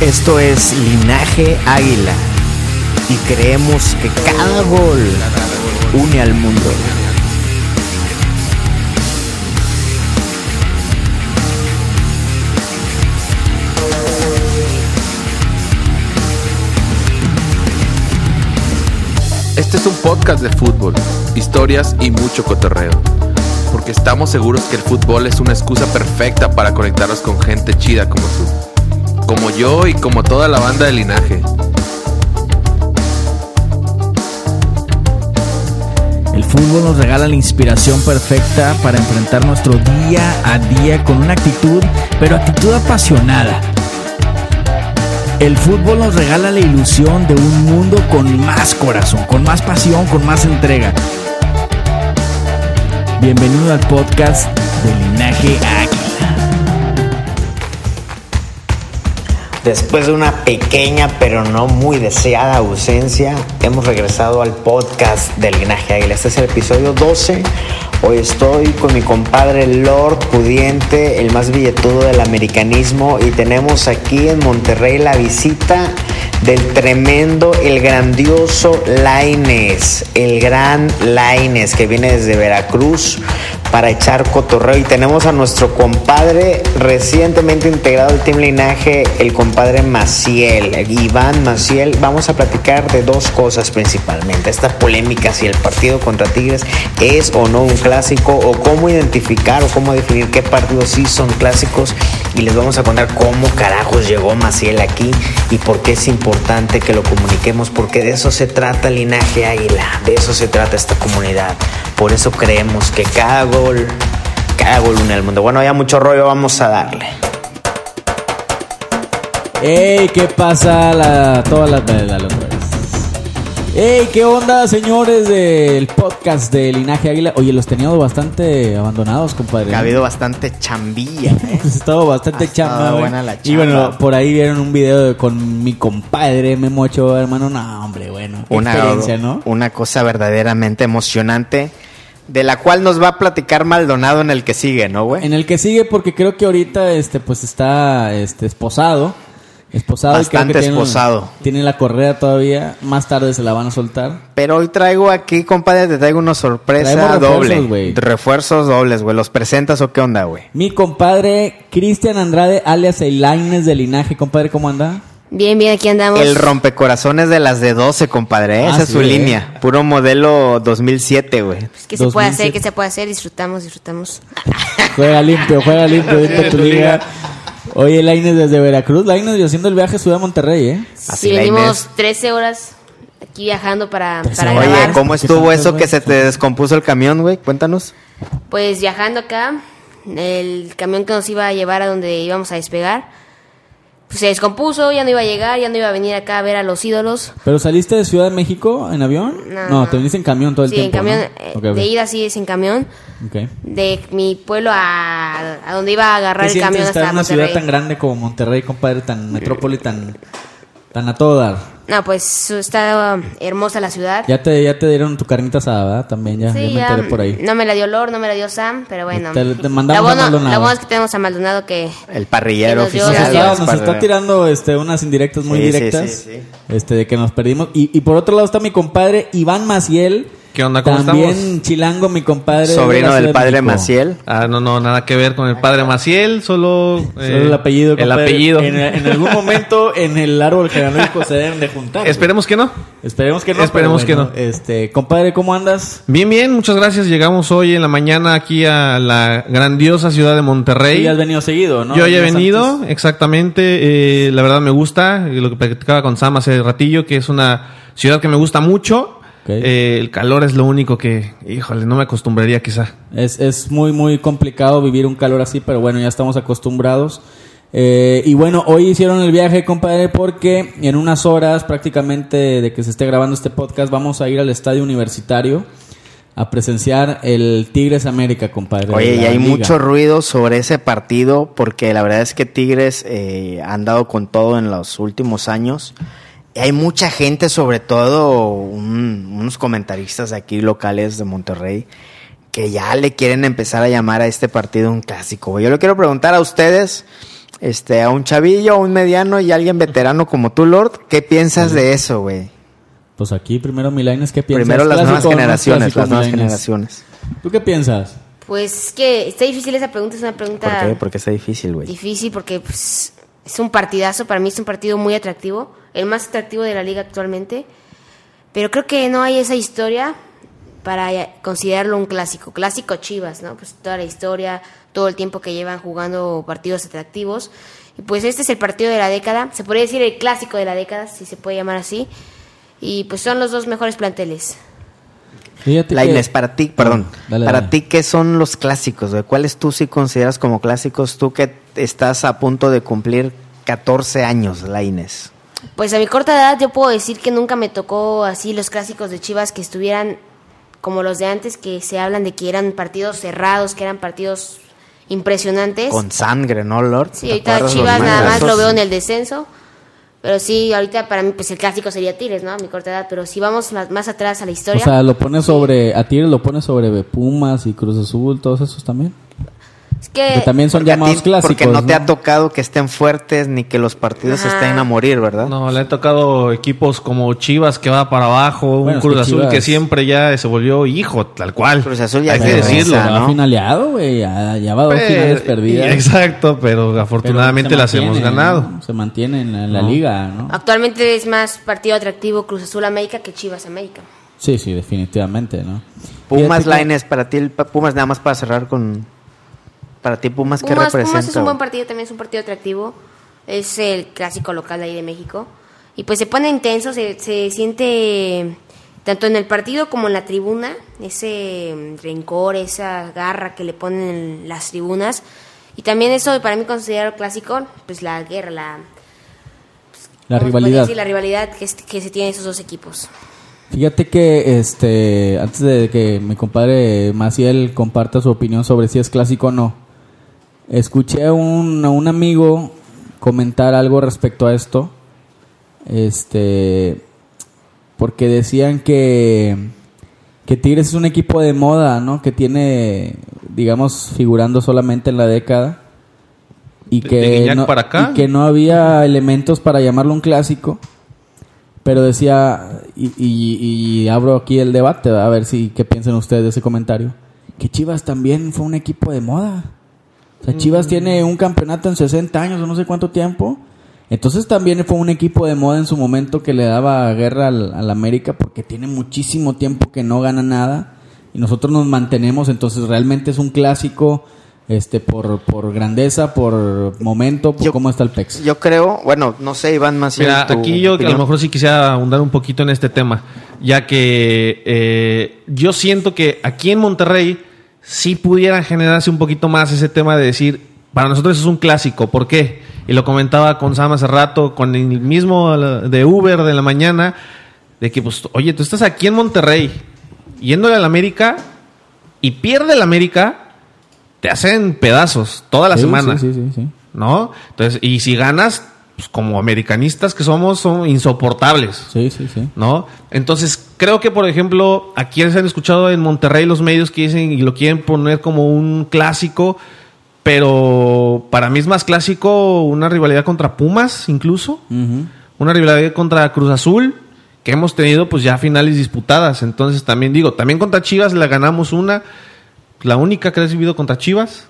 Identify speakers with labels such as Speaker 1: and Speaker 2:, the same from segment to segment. Speaker 1: Esto es Linaje Águila y creemos que cada gol une al mundo.
Speaker 2: Este es un podcast de fútbol, historias y mucho cotorreo. Porque estamos seguros que el fútbol es una excusa perfecta para conectarnos con gente chida como tú. Como yo y como toda la banda de linaje.
Speaker 3: El fútbol nos regala la inspiración perfecta para enfrentar nuestro día a día con una actitud, pero actitud apasionada. El fútbol nos regala la ilusión de un mundo con más corazón, con más pasión, con más entrega. Bienvenido al podcast de Linaje Águila.
Speaker 1: Después de una pequeña pero no muy deseada ausencia, hemos regresado al podcast del Linaje Águila. Este es el episodio 12. Hoy estoy con mi compadre Lord Pudiente, el más billetudo del americanismo, y tenemos aquí en Monterrey la visita del tremendo, el grandioso Laines, el gran Laines que viene desde Veracruz para echar cotorreo. Y tenemos a nuestro compadre recientemente integrado al Team Linaje, el compadre Maciel, Iván Maciel. Vamos a platicar de dos cosas principalmente. Esta polémica si el partido contra Tigres es o no un clásico, o cómo identificar o cómo definir qué partidos sí son clásicos. Y les vamos a contar cómo carajos llegó Maciel aquí y por qué es importante que lo comuniquemos, porque de eso se trata el linaje águila, de eso se trata esta comunidad. Por eso creemos que cada gol, cada gol une al mundo. Bueno, ya mucho rollo, vamos a darle.
Speaker 3: ¡Ey! ¿Qué pasa la, toda la, la- la- la otra vez? ¡Ey! ¿Qué onda, señores del podcast de Linaje Águila? Oye, los teníamos bastante abandonados, compadre.
Speaker 1: Ha habido bastante chambilla, ¿eh?
Speaker 3: Pues ha estado bastante
Speaker 1: Ha estado
Speaker 3: chamba, güey.
Speaker 1: buena la
Speaker 3: Y bueno,
Speaker 1: chamba.
Speaker 3: por ahí vieron un video de- con mi compadre Memo Ochoa, hermano. No, hombre, bueno. Una experiencia, ¿no?
Speaker 1: una cosa verdaderamente emocionante, de la cual nos va a platicar Maldonado en el que sigue, ¿no, güey?
Speaker 3: En el que sigue, porque creo que ahorita este, pues está este, esposado. Esposado. y creo que
Speaker 1: Bastante
Speaker 3: tiene-
Speaker 1: esposado.
Speaker 3: Tiene la correa todavía. Más tarde se la van a soltar.
Speaker 1: Pero hoy traigo aquí, compadre, te traigo una sorpresa
Speaker 3: Traemos refuerzos,
Speaker 1: doble.
Speaker 3: güey.
Speaker 1: Refuerzos dobles, güey. ¿Los presentas o qué onda, güey?
Speaker 3: Mi compadre Cristian Andrade, alias el Laines de Linaje. Compadre, ¿cómo anda?
Speaker 4: Bien, bien, aquí andamos.
Speaker 1: El rompecorazones de las de 12, compadre. ¿eh?
Speaker 3: Ah,
Speaker 1: Esa es
Speaker 3: sí,
Speaker 1: su
Speaker 3: ¿eh?
Speaker 1: línea. Puro modelo 2007, güey.
Speaker 4: Pues, ¿Qué se puede
Speaker 3: 2007?
Speaker 4: hacer? ¿Qué se puede hacer? Disfrutamos, disfrutamos.
Speaker 3: Juega limpio, juega limpio. ahorita tu liga. Oye, Laines desde Veracruz. Laines, yo haciendo el viaje Ciudad a Monterrey, ¿eh?
Speaker 1: Así
Speaker 4: Si
Speaker 1: la
Speaker 4: venimos
Speaker 1: Inés.
Speaker 4: 13 horas aquí viajando para,
Speaker 3: 13
Speaker 4: para
Speaker 3: horas.
Speaker 4: grabar.
Speaker 1: Oye, ¿cómo
Speaker 3: Es que
Speaker 1: estuvo
Speaker 3: tanto,
Speaker 1: eso
Speaker 3: güey.
Speaker 1: que se te descompuso el camión, güey? Cuéntanos.
Speaker 4: Pues viajando acá, el camión que nos iba a llevar a donde íbamos a despegar, pues se descompuso, ya no iba a llegar, ya no iba a venir acá a ver a los ídolos.
Speaker 3: ¿Pero saliste de Ciudad de México en avión?
Speaker 4: No,
Speaker 3: no,
Speaker 4: no.
Speaker 3: te viniste en camión todo el
Speaker 4: sí,
Speaker 3: tiempo.
Speaker 4: en camión,
Speaker 3: ¿no?
Speaker 4: eh,
Speaker 3: Ok, ok.
Speaker 4: de ida sí es en camión,
Speaker 3: Ok.
Speaker 4: de mi pueblo a, a donde iba a
Speaker 3: ¿Qué
Speaker 4: agarrar el
Speaker 3: sientes
Speaker 4: camión
Speaker 3: estar
Speaker 4: hasta
Speaker 3: en una ciudad
Speaker 4: Monterrey.
Speaker 3: tan grande como Monterrey, compadre, tan metrópoli, tan, tan a todo dar?
Speaker 4: No, pues está hermosa la ciudad.
Speaker 3: Ya te, ya te dieron tu carnita asada, ¿verdad? También ya, ya
Speaker 4: Sí,
Speaker 3: me
Speaker 4: ya,
Speaker 3: enteré por ahí.
Speaker 4: No me la dio Lord, no me la dio Sam, pero bueno.
Speaker 3: Te- te mandamos
Speaker 4: la
Speaker 3: a
Speaker 4: bueno,
Speaker 3: Maldonado.
Speaker 4: la bueno es que tenemos a Maldonado que
Speaker 1: El parrillero
Speaker 4: Nos dio-
Speaker 3: Nos,
Speaker 1: oficial.
Speaker 4: ya,
Speaker 3: está,
Speaker 1: güey.
Speaker 3: nos está tirando este, unas indirectas muy
Speaker 1: Sí, sí,
Speaker 3: directas
Speaker 1: sí, sí.
Speaker 3: Este, de que nos perdimos. Y, y por otro lado está mi compadre Iván Maciel.
Speaker 2: ¿Qué onda? ¿Cómo
Speaker 3: También
Speaker 2: estamos?
Speaker 3: chilango, mi compadre. de la
Speaker 1: Sobrino
Speaker 3: Ciudad
Speaker 1: del
Speaker 3: de
Speaker 1: padre
Speaker 3: México.
Speaker 1: Maciel.
Speaker 2: Ah, no, no, nada que ver con el padre Maciel, solo, eh,
Speaker 3: Solo el apellido,
Speaker 2: El
Speaker 3: compadre.
Speaker 2: apellido.
Speaker 3: En, en algún momento en el árbol genealógico se deben de juntar.
Speaker 2: Esperemos que no.
Speaker 3: Esperemos que no.
Speaker 2: Esperemos
Speaker 3: pero bueno,
Speaker 2: que no.
Speaker 3: Este, compadre, ¿cómo andas?
Speaker 2: Bien, bien, muchas gracias. Llegamos hoy en la mañana aquí a la grandiosa ciudad de Monterrey.
Speaker 3: Tú ya has venido seguido, ¿no?
Speaker 2: Yo ya he
Speaker 3: Venías
Speaker 2: venido,
Speaker 3: antes.
Speaker 2: exactamente. eh, la verdad me gusta eh, lo que platicaba con Sam hace ratillo, que es una ciudad que me gusta mucho.
Speaker 3: Ok.
Speaker 2: Eh, el calor es lo único que, híjole, no me acostumbraría quizá.
Speaker 3: Es, es muy, muy complicado vivir un calor así, pero bueno, ya estamos acostumbrados. Eh, y bueno, hoy hicieron el viaje, compadre, porque en unas horas prácticamente de que se esté grabando este podcast, vamos a ir al estadio universitario a presenciar el Tigres América, compadre.
Speaker 5: Oye,
Speaker 3: de
Speaker 5: y
Speaker 3: la
Speaker 5: hay
Speaker 3: liga.
Speaker 5: mucho ruido sobre ese partido porque la verdad es que Tigres eh, han dado con todo en los últimos años. Y hay mucha gente, sobre todo un- unos comentaristas de aquí locales de Monterrey, que ya le quieren empezar a llamar a este partido un clásico. Yo le quiero preguntar a ustedes, este, a un chavillo, a un mediano y a alguien veterano como tú, Lord, ¿qué piensas de eso, güey?
Speaker 3: Pues aquí primero Milanes, ¿qué piensas?
Speaker 5: Primero las nuevas
Speaker 3: ¿Clásico o no
Speaker 5: generaciones,
Speaker 3: clásico,
Speaker 5: las nuevas
Speaker 3: Milanes?
Speaker 5: generaciones.
Speaker 3: ¿Tú qué piensas?
Speaker 4: Pues es que está difícil esa pregunta, es una
Speaker 5: ¿Por
Speaker 4: pregunta
Speaker 5: qué? Porque está difícil, güey.
Speaker 4: difícil porque pues, es un partidazo, para mí es un partido muy atractivo, el más atractivo de la liga actualmente, pero creo que no hay esa historia para ya- considerarlo un clásico, clásico Chivas, ¿no? Pues toda la historia, todo el tiempo que llevan jugando partidos atractivos, y pues este es el partido de la década, se podría decir el clásico de la década, si se puede llamar así, y pues son los dos mejores planteles.
Speaker 3: Fíjate que- Ah,
Speaker 5: Laines, para ti, perdón,
Speaker 3: Dale,
Speaker 5: para
Speaker 3: dale.
Speaker 5: ti, ¿qué son los clásicos? güey? ¿Cuáles tú sí consideras como clásicos? Tú que estás a punto de cumplir 14 años, Laines.
Speaker 4: Pues a mi corta edad yo puedo decir que nunca me tocó así los clásicos de Chivas que estuvieran como los de antes, que se hablan de que eran partidos cerrados, que eran partidos impresionantes.
Speaker 5: Con sangre, ¿no, Lord?
Speaker 4: sí,
Speaker 5: ¿Te
Speaker 4: ahorita
Speaker 5: acuerdas los
Speaker 4: Chivas nada más lo
Speaker 5: madrazos?
Speaker 4: veo en el descenso. Pero sí, ahorita para mí pues el clásico sería Tigres, ¿no? A mi corta edad. Pero si vamos más, más atrás a la
Speaker 3: O
Speaker 4: historia,
Speaker 3: sea, lo pones sobre, a Tigres lo pones sobre Pumas y Cruz Azul, todos esos también.
Speaker 4: es que...
Speaker 3: Que también son
Speaker 5: Porque a ti-
Speaker 3: llamados clásicos.
Speaker 5: Porque no te ha tocado que estén fuertes ni que los partidos
Speaker 4: Ajá.
Speaker 5: estén a morir,
Speaker 3: ¿Ah?
Speaker 5: ¿verdad?
Speaker 2: No, le han tocado equipos como Chivas que va para abajo,
Speaker 3: Bueno,
Speaker 2: un
Speaker 3: es
Speaker 2: Cruz
Speaker 3: que
Speaker 2: Azul
Speaker 3: Chivas-
Speaker 2: que siempre ya se volvió hijo, tal cual.
Speaker 5: Cruz Azul ya
Speaker 2: Hay
Speaker 5: se
Speaker 2: que
Speaker 5: regresa,
Speaker 2: decirlo.
Speaker 3: Ya va
Speaker 5: ¿no?
Speaker 3: finaleado, güey. Ya, ya va dos
Speaker 2: Pero-
Speaker 3: finales perdidas.
Speaker 2: Exacto, pero
Speaker 3: Pero
Speaker 2: afortunadamente
Speaker 3: se
Speaker 2: Pues, las hemos
Speaker 3: mantiene,
Speaker 2: ganado.
Speaker 3: ¿no? Se mantiene en la, en la liga, ¿no?
Speaker 5: Ah.
Speaker 4: Actualmente es más partido atractivo Cruz Azul América que Chivas América.
Speaker 3: Sí, sí, definitivamente, ¿no?
Speaker 5: Pumas,
Speaker 3: Fíjate que-
Speaker 5: Laines, para ti, el pa- Pumas, nada más para cerrar con. Para ti, Pumas, ¿qué
Speaker 4: Pumas,
Speaker 5: representa?
Speaker 4: Pumas es un
Speaker 5: güey?
Speaker 4: buen partido, también es un partido atractivo. Es el clásico local de ahí de México. Y pues se pone intenso, se, se siente tanto en el partido como en la tribuna, ese mm, rencor, esa garra que le ponen en las tribunas. Y también eso, para mí, considero clásico, pues la guerra, la,
Speaker 3: La
Speaker 4: ¿cómo se puede
Speaker 3: rivalidad.
Speaker 4: decir? la rivalidad que, es- que se tiene esos dos equipos.
Speaker 3: Fíjate que este antes de que mi compadre Maciel comparta su opinión sobre si es clásico o no, escuché a un, a un amigo comentar algo respecto a esto. Este porque decían que que Tigres es un equipo de moda, ¿no? Que tiene digamos figurando solamente en la década y
Speaker 2: De-
Speaker 3: que
Speaker 2: de Guiñac
Speaker 3: no-
Speaker 2: para acá.
Speaker 3: y que no había elementos para llamarlo un clásico. Pero decía, y, y- y abro aquí el debate, a ver si qué piensan ustedes de ese comentario, que Chivas también fue un equipo de moda. O sea, Chivas tiene un campeonato en 60 años o no sé cuánto tiempo. Entonces también fue un equipo de moda en su momento que le daba guerra al, al América porque tiene muchísimo tiempo que no gana nada y nosotros nos mantenemos, entonces realmente es un clásico este por, por grandeza, por momento, por
Speaker 5: Yo-
Speaker 3: cómo está el Pex.
Speaker 5: Yo creo, bueno, no sé, Iván, más.
Speaker 2: Mira, aquí yo a lo mejor sí quisiera ahondar un poquito en este tema, ya que eh, yo siento que aquí en Monterrey sí pudieran generarse un poquito más ese tema de decir, para nosotros es un clásico, ¿por qué? Y lo comentaba con Sam hace rato, con el mismo eh, de Uber de la mañana, de que, pues, oye, tú estás aquí en Monterrey, yéndole al América y pierde el América, te hacen pedazos toda la
Speaker 3: Sí,
Speaker 2: semana.
Speaker 3: Sí, sí, sí, sí.
Speaker 2: ¿no? Entonces, y si ganas, pues como americanistas que somos, son insoportables,
Speaker 3: Sí, sí, sí.
Speaker 2: ¿no? Entonces, creo que, por ejemplo, aquí se han escuchado en Monterrey los medios que dicen y lo quieren poner como un clásico, pero para mí es más clásico una rivalidad contra Pumas, incluso,
Speaker 3: Ujú.
Speaker 2: una rivalidad contra Cruz Azul, que hemos tenido pues ya finales disputadas. Entonces, también digo, también contra Chivas la ganamos una, la única que he recibido contra Chivas.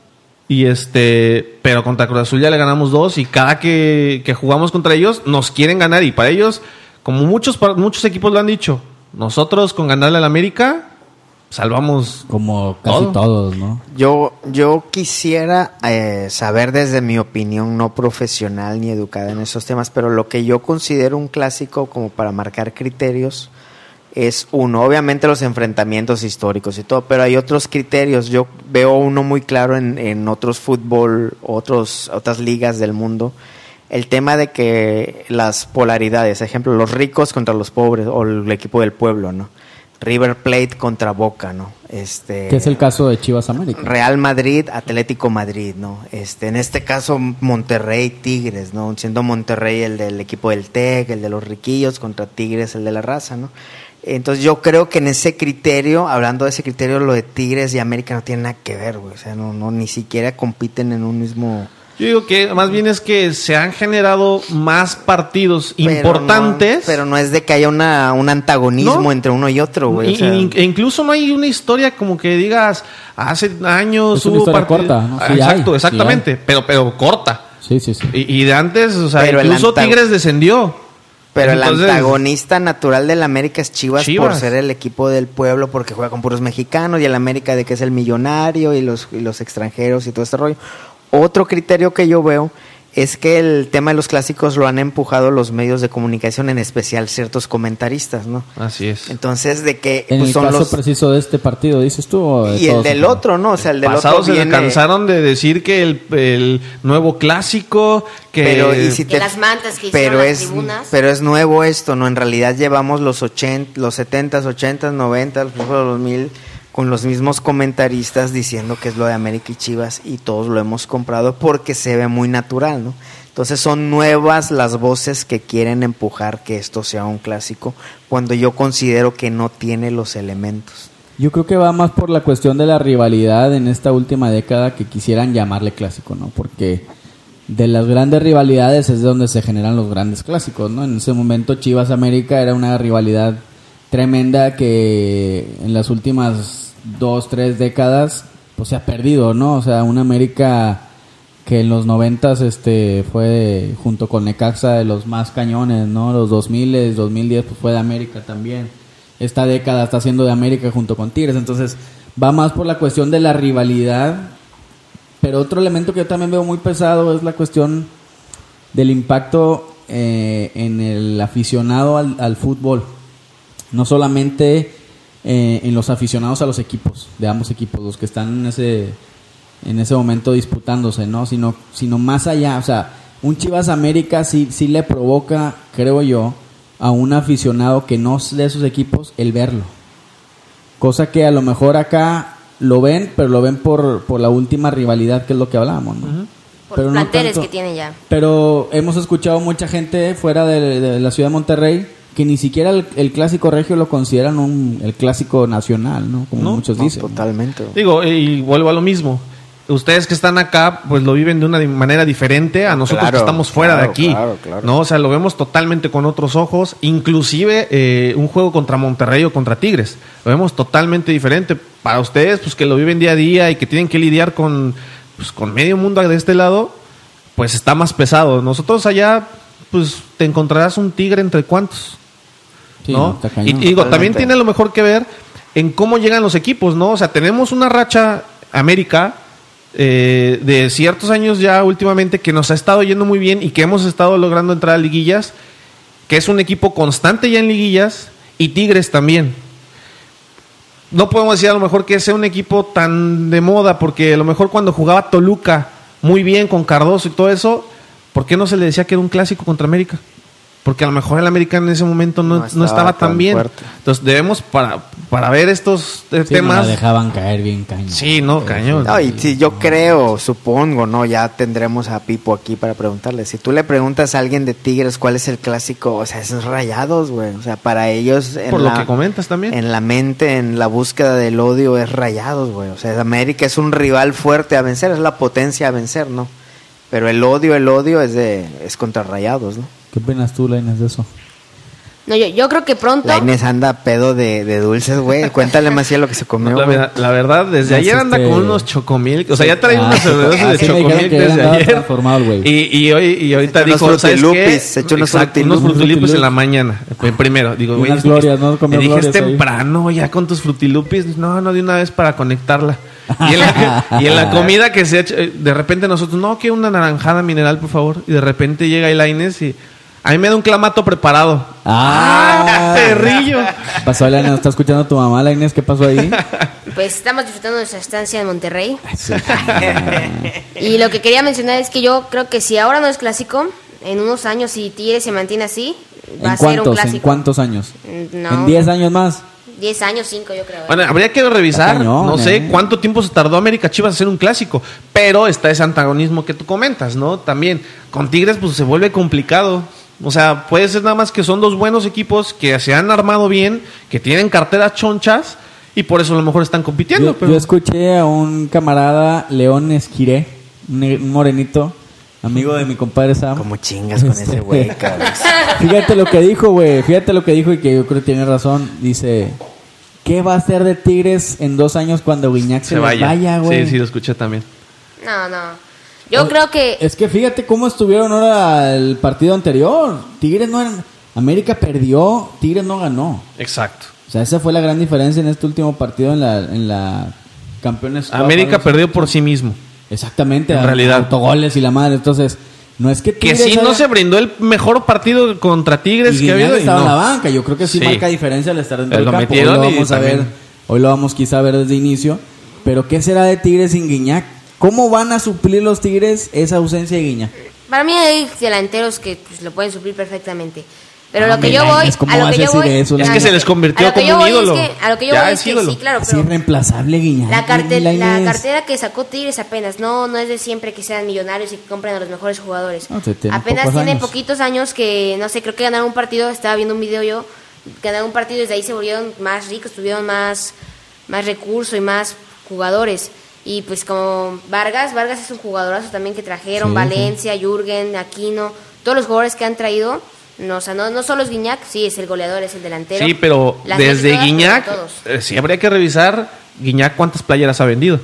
Speaker 2: Y este, pero contra Cruz Azul ya le ganamos dos y cada que, que jugamos contra ellos nos quieren ganar y para ellos, como muchos, par- muchos equipos lo han dicho, nosotros con ganarle al América salvamos.
Speaker 3: Como casi
Speaker 2: Todo.
Speaker 3: todos, ¿no?
Speaker 5: Yo, yo quisiera eh, saber desde mi opinión no profesional ni educada en esos temas, pero lo que yo considero un clásico como para marcar criterios es uno, obviamente los enfrentamientos históricos y todo, pero hay otros criterios. Yo veo uno muy claro en, en otros fútbol, otros, otras ligas del mundo, el tema de que las polaridades, ejemplo, los ricos contra los pobres o el equipo del pueblo, ¿no? River Plate contra Boca, ¿no? Este,
Speaker 3: Que es el caso de Chivas América.
Speaker 5: Real Madrid, Atlético Madrid, ¿no? Este, en este caso Monterrey Tigres, ¿no? Siendo Monterrey el del equipo del Tec, el de los riquillos contra Tigres, el de la raza, ¿no? Entonces yo creo que en ese criterio, hablando de ese criterio, lo de Tigres y América no tiene nada que ver, güey. O sea, no, no, ni siquiera compiten en un mismo.
Speaker 2: Yo digo que más bien es que se han generado más partidos
Speaker 5: Pero no-
Speaker 2: importantes.
Speaker 5: Pero no, es de que haya una, un antagonismo
Speaker 2: No.
Speaker 5: entre uno y otro, güey. o
Speaker 2: Y-
Speaker 5: sea.
Speaker 2: y- e incluso no hay una historia como que digas hace años
Speaker 3: Es una
Speaker 2: hubo
Speaker 3: historia
Speaker 2: partid-
Speaker 3: corta, ¿no?
Speaker 2: Ah,
Speaker 3: Sí hay,
Speaker 2: Exacto,
Speaker 3: sí
Speaker 2: exactamente, pero pero corta.
Speaker 3: Sí, sí, sí.
Speaker 2: Y, y de antes, o sea,
Speaker 5: Pero el
Speaker 2: incluso
Speaker 5: anta-
Speaker 2: Tigres descendió.
Speaker 5: Pero
Speaker 2: Entonces-
Speaker 5: el antagonista natural del América es Chivas, por
Speaker 2: Chivas.
Speaker 5: ser el equipo del pueblo, porque juega con puros mexicanos y el América de que es el millonario y los, y los extranjeros y todo este rollo. Otro criterio que yo veo es que el tema de los clásicos lo han empujado los medios de comunicación, en especial ciertos comentaristas, ¿no?
Speaker 2: Así es.
Speaker 5: Entonces, de que
Speaker 3: En
Speaker 5: pues,
Speaker 3: el
Speaker 5: son
Speaker 3: caso
Speaker 5: los...
Speaker 3: preciso de este partido, dices tú. o de
Speaker 5: Y el
Speaker 3: todos
Speaker 5: del
Speaker 3: en
Speaker 5: otro, ¿no? O sea, el del
Speaker 2: Pasados
Speaker 5: otro
Speaker 2: se
Speaker 5: viene...
Speaker 2: cansaron de decir que el, el nuevo clásico, que
Speaker 5: Pero, ¿y si
Speaker 4: Que las mantas que hicieron
Speaker 5: pero
Speaker 4: las
Speaker 5: es,
Speaker 4: tribunas.
Speaker 5: Pero es nuevo esto, ¿no? En realidad llevamos los 80, los 70, 80, 90, los 2000 con los mismos comentaristas diciendo que es lo de América y Chivas y todos lo hemos comprado porque se ve muy natural, ¿no? Entonces son nuevas las voces que quieren empujar que esto sea un clásico cuando yo considero que no tiene los elementos.
Speaker 3: Yo creo que va más por la cuestión de la rivalidad en esta última década que quisieran llamarle clásico, ¿no? Porque de las grandes rivalidades es de donde se generan los grandes clásicos, ¿no? En ese momento Chivas América era una rivalidad tremenda que en las últimas dos, tres décadas pues se ha perdido, ¿no? O sea, una América que en los noventas este fue junto con Necaxa de los más cañones, ¿no? Los 2000, 2010 pues fue de América también. Esta década está siendo de América junto con Tigres, entonces va más por la cuestión de la rivalidad pero otro elemento que yo también veo muy pesado es la cuestión del impacto eh, en el aficionado al, al fútbol. No solamente eh, en los aficionados a los equipos, de ambos equipos, los que están en ese, en ese momento disputándose, ¿no? Sino, sino más allá, o sea, un Chivas América sí, sí le provoca, creo yo, a un aficionado que no es de esos equipos el verlo. Cosa que a lo mejor acá lo ven, pero lo ven por, por la última rivalidad, que es lo que hablábamos, ¿no?
Speaker 4: Por
Speaker 3: Pero
Speaker 4: los
Speaker 3: no
Speaker 4: planteles
Speaker 3: tanto-
Speaker 4: que tienen ya.
Speaker 3: Pero hemos escuchado mucha gente fuera de, de la ciudad de Monterrey que ni siquiera el, el clásico regio lo consideran un, el clásico nacional, ¿no? Como
Speaker 2: No,
Speaker 3: muchos
Speaker 5: No,
Speaker 3: dicen. ¿no?
Speaker 5: totalmente. güey.
Speaker 2: Digo, y vuelvo a lo mismo. Ustedes que están acá, pues lo viven de una di- manera diferente a nosotros
Speaker 5: Claro,
Speaker 2: que estamos fuera
Speaker 5: claro,
Speaker 2: de aquí.
Speaker 5: claro, claro.
Speaker 2: No, o sea, lo vemos totalmente con otros ojos. Inclusive eh, un juego contra Monterrey o contra Tigres. Lo vemos totalmente diferente. Para ustedes, pues que lo viven día a día y que tienen que lidiar con, pues, con medio mundo de este lado, pues está más pesado. Nosotros allá, pues te encontrarás un tigre entre cuantos.
Speaker 3: Sí,
Speaker 2: ¿no?
Speaker 3: está
Speaker 2: Y, y
Speaker 3: cañón.
Speaker 2: digo, también
Speaker 5: Totalmente.
Speaker 2: tiene a lo mejor que ver en cómo llegan los equipos, ¿no? O sea, tenemos una racha América eh, de ciertos años ya últimamente que nos ha estado yendo muy bien y que hemos estado logrando entrar a liguillas, que es un equipo constante ya en liguillas, y Tigres también. No podemos decir a lo mejor que sea un equipo tan de moda, porque a lo mejor cuando jugaba Toluca muy bien con Cardoso y todo eso, ¿por qué no se le decía que era un clásico contra América? Porque a lo mejor el América en ese momento no, no estaba, tan, bien.
Speaker 5: fuerte.
Speaker 2: Entonces debemos, para, para ver estos eh,
Speaker 3: Sí, nos
Speaker 2: temas...
Speaker 3: la dejaban caer bien cañón.
Speaker 2: Sí, no, cañón.
Speaker 5: No, y si yo creo, supongo, ¿no? Ya tendremos a Pipo aquí para preguntarle. Si tú le preguntas a alguien de Tigres cuál es el clásico, o sea, es rayados, güey. O sea, para ellos. en
Speaker 2: Por
Speaker 5: la-
Speaker 2: lo que comentas también.
Speaker 5: En la mente, en la búsqueda del odio, es rayados, güey. O sea, América es un rival fuerte a vencer, es la potencia a vencer, ¿no? Pero el odio, el odio es de es contra rayados, ¿no?
Speaker 3: ¿Qué opinas tú, Lainez, de eso?
Speaker 4: No, yo, yo creo que pronto.
Speaker 5: La Inés anda a pedo de, de dulces, güey. Cuéntale más lo que se comió.
Speaker 2: La,
Speaker 5: güey.
Speaker 2: verdad- la verdad, desde
Speaker 3: No,
Speaker 2: ayer
Speaker 3: sí,
Speaker 2: anda
Speaker 3: este-
Speaker 2: con unos chocomil. O sea, ya trae
Speaker 3: Ah,
Speaker 2: unas
Speaker 3: sí, ah,
Speaker 2: cervezas
Speaker 3: sí
Speaker 2: de
Speaker 3: me dijeron
Speaker 2: chocomil
Speaker 3: que él
Speaker 2: desde
Speaker 3: andaba
Speaker 2: ayer.
Speaker 3: transformado el güey.
Speaker 2: Y, y hoy, y ahorita
Speaker 5: Se echó
Speaker 2: dijo,
Speaker 5: unos
Speaker 2: ¿sabes qué?
Speaker 5: frutilupis, se echó unos
Speaker 2: Exacto, unos
Speaker 5: frutilupis.
Speaker 2: frutilupis en la mañana. Fue Primero, digo,
Speaker 3: Y
Speaker 2: güey.
Speaker 3: unas
Speaker 2: es-
Speaker 3: glorias, ¿no? Comió
Speaker 2: Le dije, es
Speaker 3: glorias ahí".
Speaker 2: temprano ya con tus frutilupis. No, no, de una vez para conectarla. Y en la, y en la comida que se ha hecho, eh, de repente nosotros, no, que una naranjada mineral, por favor. Y de repente llega el Inés y a mí me da un clamato preparado.
Speaker 3: ¡Ah!
Speaker 2: perrillo!
Speaker 3: Pasó, Elena, ¿no está escuchando tu mamá, la Inés? ¿Qué pasó ahí?
Speaker 4: Pues estamos disfrutando de nuestra estancia en Monterrey.
Speaker 3: Sí.
Speaker 4: Y lo que quería mencionar es que yo creo que si ahora no es clásico, en unos años, si Tigres se mantiene así,
Speaker 3: ¿En
Speaker 4: va a ser un
Speaker 3: cuántos? ¿En
Speaker 4: clásico.
Speaker 3: cuántos años?
Speaker 4: Mm, No,
Speaker 3: ¿En 10 años más?
Speaker 4: 10 años, 5 yo creo. ¿eh?
Speaker 2: Bueno, habría que revisar,
Speaker 3: Está cañón,
Speaker 2: no sé
Speaker 3: ¿eh?
Speaker 2: cuánto tiempo se tardó América Chivas en hacer un clásico, pero está ese antagonismo que tú comentas, ¿no? También con Tigres pues se vuelve complicado. O sea, puede ser nada más que son dos buenos equipos que se han armado bien, que tienen carteras chonchas y por eso a lo mejor están compitiendo,
Speaker 3: Yo,
Speaker 2: pero
Speaker 3: yo escuché a un camarada, León Esquiré, un, ne- un morenito, amigo de mi compadre Sam.
Speaker 5: Como chingas con ese güey, cabrón.
Speaker 3: Fíjate lo que dijo, güey. Fíjate lo que dijo y que yo creo que tiene razón. Dice, ¿qué va a hacer de Tigres en dos años cuando Guiñac se,
Speaker 2: se
Speaker 3: les
Speaker 2: vaya.
Speaker 3: vaya, güey?
Speaker 2: sí, sí, lo escuché también.
Speaker 4: No, no. Yo
Speaker 3: O-
Speaker 4: creo que
Speaker 3: Es que fíjate cómo estuvieron ahora el partido anterior. Tigres no... eran- América perdió, Tigres no ganó.
Speaker 2: Exacto.
Speaker 3: O sea, esa fue la gran diferencia en este último partido en la, en la Campeones. Cup,
Speaker 2: América
Speaker 3: algo así.
Speaker 2: perdió por sí mismo.
Speaker 3: Exactamente.
Speaker 2: En
Speaker 3: a-
Speaker 2: realidad.
Speaker 3: Autogoles y la madre. Entonces, no es que
Speaker 2: Que
Speaker 3: Tigres
Speaker 2: sí, no
Speaker 3: haya-
Speaker 2: se brindó el mejor partido contra Tigres
Speaker 3: y
Speaker 2: que ha
Speaker 3: Guiñac
Speaker 2: habido. y
Speaker 3: estaba en
Speaker 2: no.
Speaker 3: la banca. Yo creo que sí,
Speaker 2: Sí. Pues
Speaker 3: marca diferencia al estar dentro
Speaker 2: Lo
Speaker 3: del campo. Hoy
Speaker 2: metieron
Speaker 3: lo
Speaker 2: y
Speaker 3: vamos a ver.
Speaker 2: también-
Speaker 3: Hoy lo vamos quizá a ver desde inicio. Pero ¿qué será de Tigres sin Guiñac? ¿Cómo van a suplir los Tigres esa ausencia de Guiñac?
Speaker 4: para mí hay delanteros que pues, lo pueden suplir perfectamente. Pero
Speaker 3: Ah,
Speaker 4: lo que
Speaker 3: mira,
Speaker 4: yo voy,
Speaker 3: es como
Speaker 4: a lo
Speaker 3: vas
Speaker 4: que
Speaker 3: a
Speaker 4: yo
Speaker 3: decir
Speaker 4: voy,
Speaker 3: eso,
Speaker 4: no,
Speaker 3: Es que
Speaker 4: no,
Speaker 3: se
Speaker 4: no.
Speaker 2: les convirtió
Speaker 4: A lo que
Speaker 2: como
Speaker 4: yo
Speaker 2: un
Speaker 4: voy es
Speaker 2: ídolo.
Speaker 4: que- a lo que yo
Speaker 2: Ya
Speaker 4: voy
Speaker 2: es
Speaker 4: es que
Speaker 2: ídolo.
Speaker 4: sí, claro,
Speaker 3: Es
Speaker 4: pero
Speaker 3: irreemplazable Guiñac.
Speaker 4: la, carte-
Speaker 3: Lainez.
Speaker 4: la cartera que sacó Tigres apenas, no, no es de siempre que sean millonarios y que compren a los mejores jugadores.
Speaker 3: No, te- tiene
Speaker 4: apenas
Speaker 3: pocos
Speaker 4: tiene
Speaker 3: años.
Speaker 4: poquitos años que, no sé, creo que ganaron un partido, estaba viendo un video yo, ganaron un partido y desde ahí se volvieron más ricos, tuvieron más, más recursos y más jugadores. Y pues como Vargas, Vargas es un jugadorazo también que trajeron,
Speaker 3: Sí, sí.
Speaker 4: Valencia, Jürgen, Aquino, todos los jugadores que han traído. No, o sea, no, no solo es Guiñac, sí, es el goleador, es el delantero.
Speaker 2: Sí, pero
Speaker 4: Las todas,
Speaker 2: desde
Speaker 4: pero
Speaker 2: Guiñac,
Speaker 4: todos.
Speaker 2: eh, sí habría que revisar Guiñac cuántas playeras ha vendido.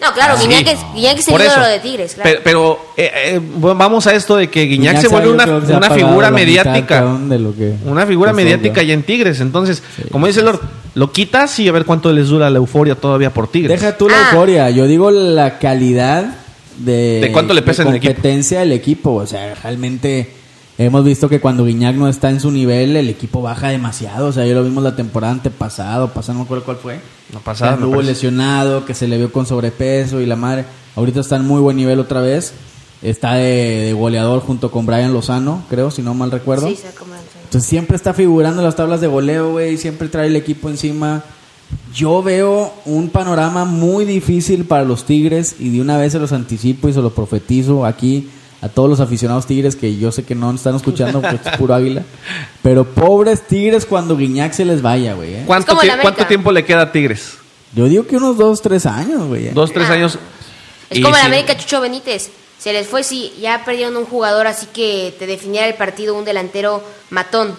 Speaker 4: No, claro, Guiñac, es, Guiñac es el
Speaker 2: Por eso.
Speaker 4: ídolo de Tigres, claro.
Speaker 2: Pero, pero, eh, eh, bueno, vamos a esto de que Guiñac,
Speaker 3: Guiñac
Speaker 2: se vuelve
Speaker 3: sabe,
Speaker 2: una,
Speaker 3: yo creo que se ha
Speaker 2: una
Speaker 3: pagado
Speaker 2: figura
Speaker 3: la mitad,
Speaker 2: mediática.
Speaker 3: cabrón, Pues de lo que-
Speaker 2: una figura
Speaker 3: que
Speaker 2: mediática
Speaker 3: son,
Speaker 2: ya en Tigres. Entonces, como dice Lord, lo quitas y a ver cuánto les dura la euforia todavía por
Speaker 3: ¿no?
Speaker 2: Tigres.
Speaker 3: Deja tú la
Speaker 4: Ah.
Speaker 3: euforia. Yo digo la calidad de...
Speaker 2: ¿De cuánto le pesa en el equipo?
Speaker 3: competencia del equipo. O sea, realmente hemos visto que cuando Guiñac no está en su nivel, el equipo baja demasiado. O sea, yo lo vimos la temporada antepasada, pasada, no me acuerdo cuál fue.
Speaker 2: La pasada,
Speaker 3: Que
Speaker 2: me
Speaker 3: anduvo
Speaker 2: parece.
Speaker 3: lesionado, que se le vio con sobrepeso y la madre. Ahorita está en muy buen nivel otra vez. Está de, de goleador junto con Brian Lozano, creo, si no mal recuerdo.
Speaker 4: Sí, se acomodan.
Speaker 3: Entonces siempre está figurando en las tablas de goleo, güey. Siempre trae el equipo encima. Yo veo un panorama muy difícil para los Tigres y de una vez se los anticipo y se los profetizo aquí a todos los aficionados Tigres que yo sé que no están escuchando porque es puro águila. Pero pobres Tigres cuando Guiñac se les vaya, güey. ¿eh?
Speaker 2: ¿Cuánto,
Speaker 4: como
Speaker 2: tie-
Speaker 4: el América.
Speaker 2: cuánto tiempo le queda a Tigres?
Speaker 3: Yo digo que unos dos, tres años, güey. ¿eh?
Speaker 2: Dos, tres
Speaker 4: Ah.
Speaker 2: años.
Speaker 4: Es
Speaker 2: Y
Speaker 4: como el
Speaker 2: sí,
Speaker 4: América Chucho Benítez. Se les fue, sí, ya perdieron un jugador, así que te definiera el partido un delantero matón.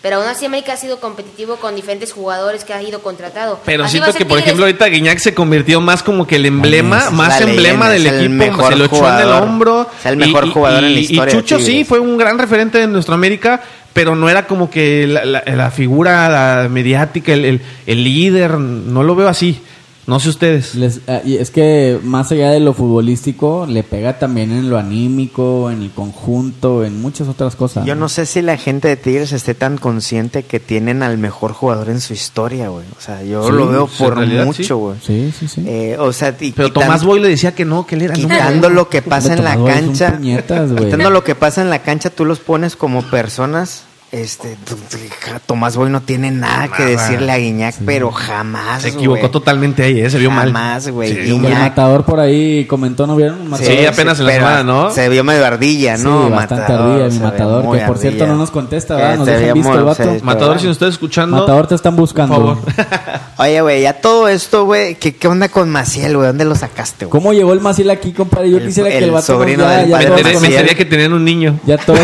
Speaker 4: Pero aún así América ha sido competitivo con diferentes jugadores que ha ido contratado.
Speaker 2: Pero
Speaker 4: Así va a
Speaker 2: siento
Speaker 4: ser
Speaker 2: que, por
Speaker 4: Tigres.
Speaker 2: ejemplo, ahorita Guiñac se convirtió más como que el emblema,
Speaker 5: Es
Speaker 2: más
Speaker 5: la leyenda,
Speaker 2: emblema del
Speaker 5: es el
Speaker 2: equipo.
Speaker 5: mejor
Speaker 2: se lo echó en el
Speaker 5: jugador.
Speaker 2: hombro.
Speaker 5: Es el mejor jugador en la historia
Speaker 2: Y
Speaker 5: de
Speaker 2: Chucho sí,
Speaker 5: Tigres.
Speaker 2: fue un gran referente de nuestra América, pero no era como que la, la- la figura la mediática, el, el- el líder. No lo veo así. No sé ustedes.
Speaker 3: Les- ah, y es que más allá de lo futbolístico, le pega también en lo anímico, en el conjunto, en muchas otras cosas.
Speaker 5: Yo no sé si la gente de Tigres esté tan consciente que tienen al mejor jugador en su historia, güey. O sea, yo
Speaker 2: Sí,
Speaker 5: lo veo
Speaker 2: sí,
Speaker 5: por
Speaker 2: en realidad, sí.
Speaker 5: mucho, güey.
Speaker 3: Sí, sí, sí.
Speaker 5: Eh, o sea, y
Speaker 2: Pero
Speaker 5: quitan-
Speaker 2: Tomás Boy le decía que no, que él era el número
Speaker 5: quitando
Speaker 2: uno.
Speaker 5: lo que pasa en la
Speaker 3: Tomás Boy es un
Speaker 5: cancha,
Speaker 3: puñetas, güey.
Speaker 5: quitando lo que pasa en la cancha, tú los pones como personas. Este, tú- tú- Tomás Boy no tiene nada, que decirle a Guiñac, pero jamás.
Speaker 2: Se equivocó
Speaker 5: güey.
Speaker 2: totalmente ahí, eh, se vio mal.
Speaker 5: Jamás, güey.
Speaker 2: Se vio
Speaker 3: El
Speaker 5: Guiñac.
Speaker 3: matador por ahí comentó, ¿no vieron?
Speaker 2: Sí, apenas en la
Speaker 5: pero
Speaker 2: semana, ¿no?
Speaker 5: Se vio medio ardilla, ¿no?
Speaker 3: Sí, bastante
Speaker 5: Matador,
Speaker 3: ardilla, mi
Speaker 5: se ve
Speaker 3: matador,
Speaker 5: muy
Speaker 3: que por cierto
Speaker 5: ardilla.
Speaker 3: no nos contesta,
Speaker 5: Que
Speaker 3: ¿verdad? Nos
Speaker 5: se
Speaker 3: dejan
Speaker 5: ve
Speaker 3: visto el
Speaker 5: muy-
Speaker 3: vato.
Speaker 5: se-
Speaker 2: Matador, si nos está escuchando.
Speaker 3: Matador te están buscando.
Speaker 2: Por favor.
Speaker 5: Oye, güey, ya todo esto, güey, ¿qué, ¿qué onda con Maciel, güey? ¿Dónde lo sacaste, güey?
Speaker 3: ¿Cómo llegó el Maciel aquí, compadre? Yo
Speaker 5: El-
Speaker 3: quisiera que
Speaker 5: el
Speaker 3: el vato nos-
Speaker 5: sobrino
Speaker 3: ya,
Speaker 5: del
Speaker 3: ya
Speaker 5: padre
Speaker 3: todos
Speaker 5: de
Speaker 2: Me
Speaker 5: Maciel.
Speaker 3: conocen-
Speaker 2: enteré que tenían un niño.
Speaker 3: ya todos,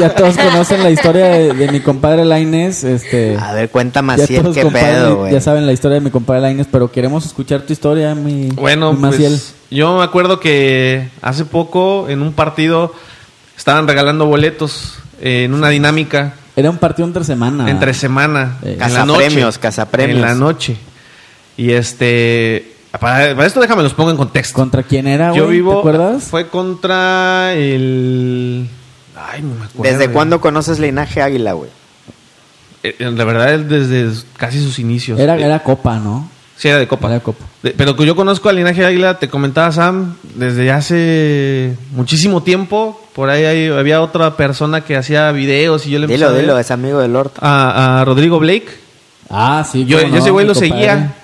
Speaker 3: ya todos conocen la historia de, de, de mi compadre Laines, este.
Speaker 5: A ver, cuenta
Speaker 3: ya
Speaker 5: Ah, Maciel,
Speaker 3: todos
Speaker 5: qué
Speaker 3: compadre-
Speaker 5: pedo, güey.
Speaker 3: Ya saben la historia de mi compadre Laines, pero queremos escuchar tu historia, mi,
Speaker 2: Bueno,
Speaker 3: mi Maciel.
Speaker 2: pues yo me acuerdo que hace poco en un partido estaban regalando boletos eh, en una dinámica
Speaker 3: Era un partido entre semana.
Speaker 2: entre semana,
Speaker 3: Ah. Eh,
Speaker 2: en la noche,
Speaker 5: Cazapremios, cazapremios.
Speaker 2: en la noche. Y este para, para esto déjame los pongo en contexto.
Speaker 3: ¿Contra quién era, güey?
Speaker 2: yo vivo
Speaker 3: ¿Te acuerdas?
Speaker 2: fue contra el ay, no me acuerdo.
Speaker 5: ¿Desde cuándo conoces linaje águila, güey?
Speaker 2: Eh, La verdad es desde casi sus inicios.
Speaker 3: Era,
Speaker 2: Eh,
Speaker 3: era Copa, ¿no?
Speaker 2: Sí, era de Copa.
Speaker 3: Era de Copa.
Speaker 2: De- pero que yo conozco al linaje Águila, te comentaba Sam, desde hace muchísimo tiempo. Por ahí hay- había otra persona que hacía videos y yo le empecé
Speaker 5: Dilo,
Speaker 2: a ver
Speaker 5: dilo, es amigo del Horta.
Speaker 2: a, a Rodrigo Blake.
Speaker 3: Ah, sí.
Speaker 2: Yo,
Speaker 3: cómo
Speaker 2: yo ese
Speaker 3: no,
Speaker 2: güey
Speaker 3: mi
Speaker 2: lo
Speaker 3: compadre.
Speaker 2: seguía.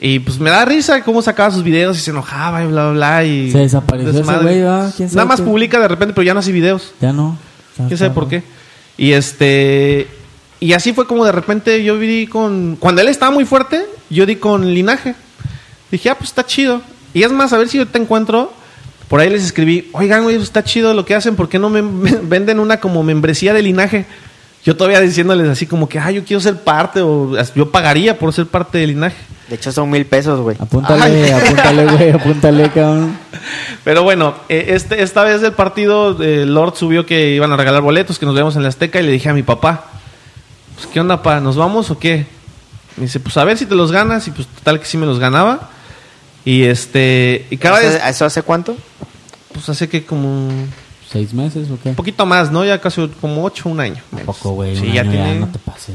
Speaker 2: Y pues me da risa cómo sacaba sus videos y se enojaba y bla, bla, bla. Y
Speaker 3: Se desapareció ese
Speaker 2: desmadre.
Speaker 3: güey, ¿verdad? ¿Quién sabe
Speaker 2: Nada más
Speaker 3: qué?
Speaker 2: publica de repente, pero ya no hace videos.
Speaker 3: Ya no. Ya
Speaker 2: ¿Quién sabe
Speaker 3: está,
Speaker 2: por
Speaker 3: güey.
Speaker 2: qué? Y este. Y así fue como de repente yo vi con. Cuando él estaba muy fuerte, yo di con linaje. Dije, ah, pues está chido. Y es más, a ver si yo te encuentro. Por ahí les escribí, oigan, güey, está chido lo que hacen, ¿por qué no me me venden una como membresía de linaje? Yo todavía diciéndoles así como que, ah, yo quiero ser parte, o as- yo pagaría por ser parte de linaje.
Speaker 5: De hecho, son mil pesos, güey.
Speaker 3: Apúntale, apúntale, güey, apúntale, cabrón.
Speaker 2: Pero bueno, eh, este, esta vez del partido, eh, Lord subió que iban a regalar boletos, que nos vemos en la Azteca, y le dije a mi papá, pues, ¿qué onda, pa? ¿Nos vamos o qué? Me dice, pues a ver si te los ganas, y pues total que sí me los ganaba. Y este, y cada vez,
Speaker 5: ¿Eso, eso hace cuánto?
Speaker 2: pues hace que como un
Speaker 3: ¿Seis meses o qué?
Speaker 2: poquito más, ¿no? Ya casi como ocho, un año. menos.
Speaker 3: Poco, güey.
Speaker 2: Pues, Sí,
Speaker 3: un
Speaker 2: ya
Speaker 3: año
Speaker 2: tiene,
Speaker 3: no te pases.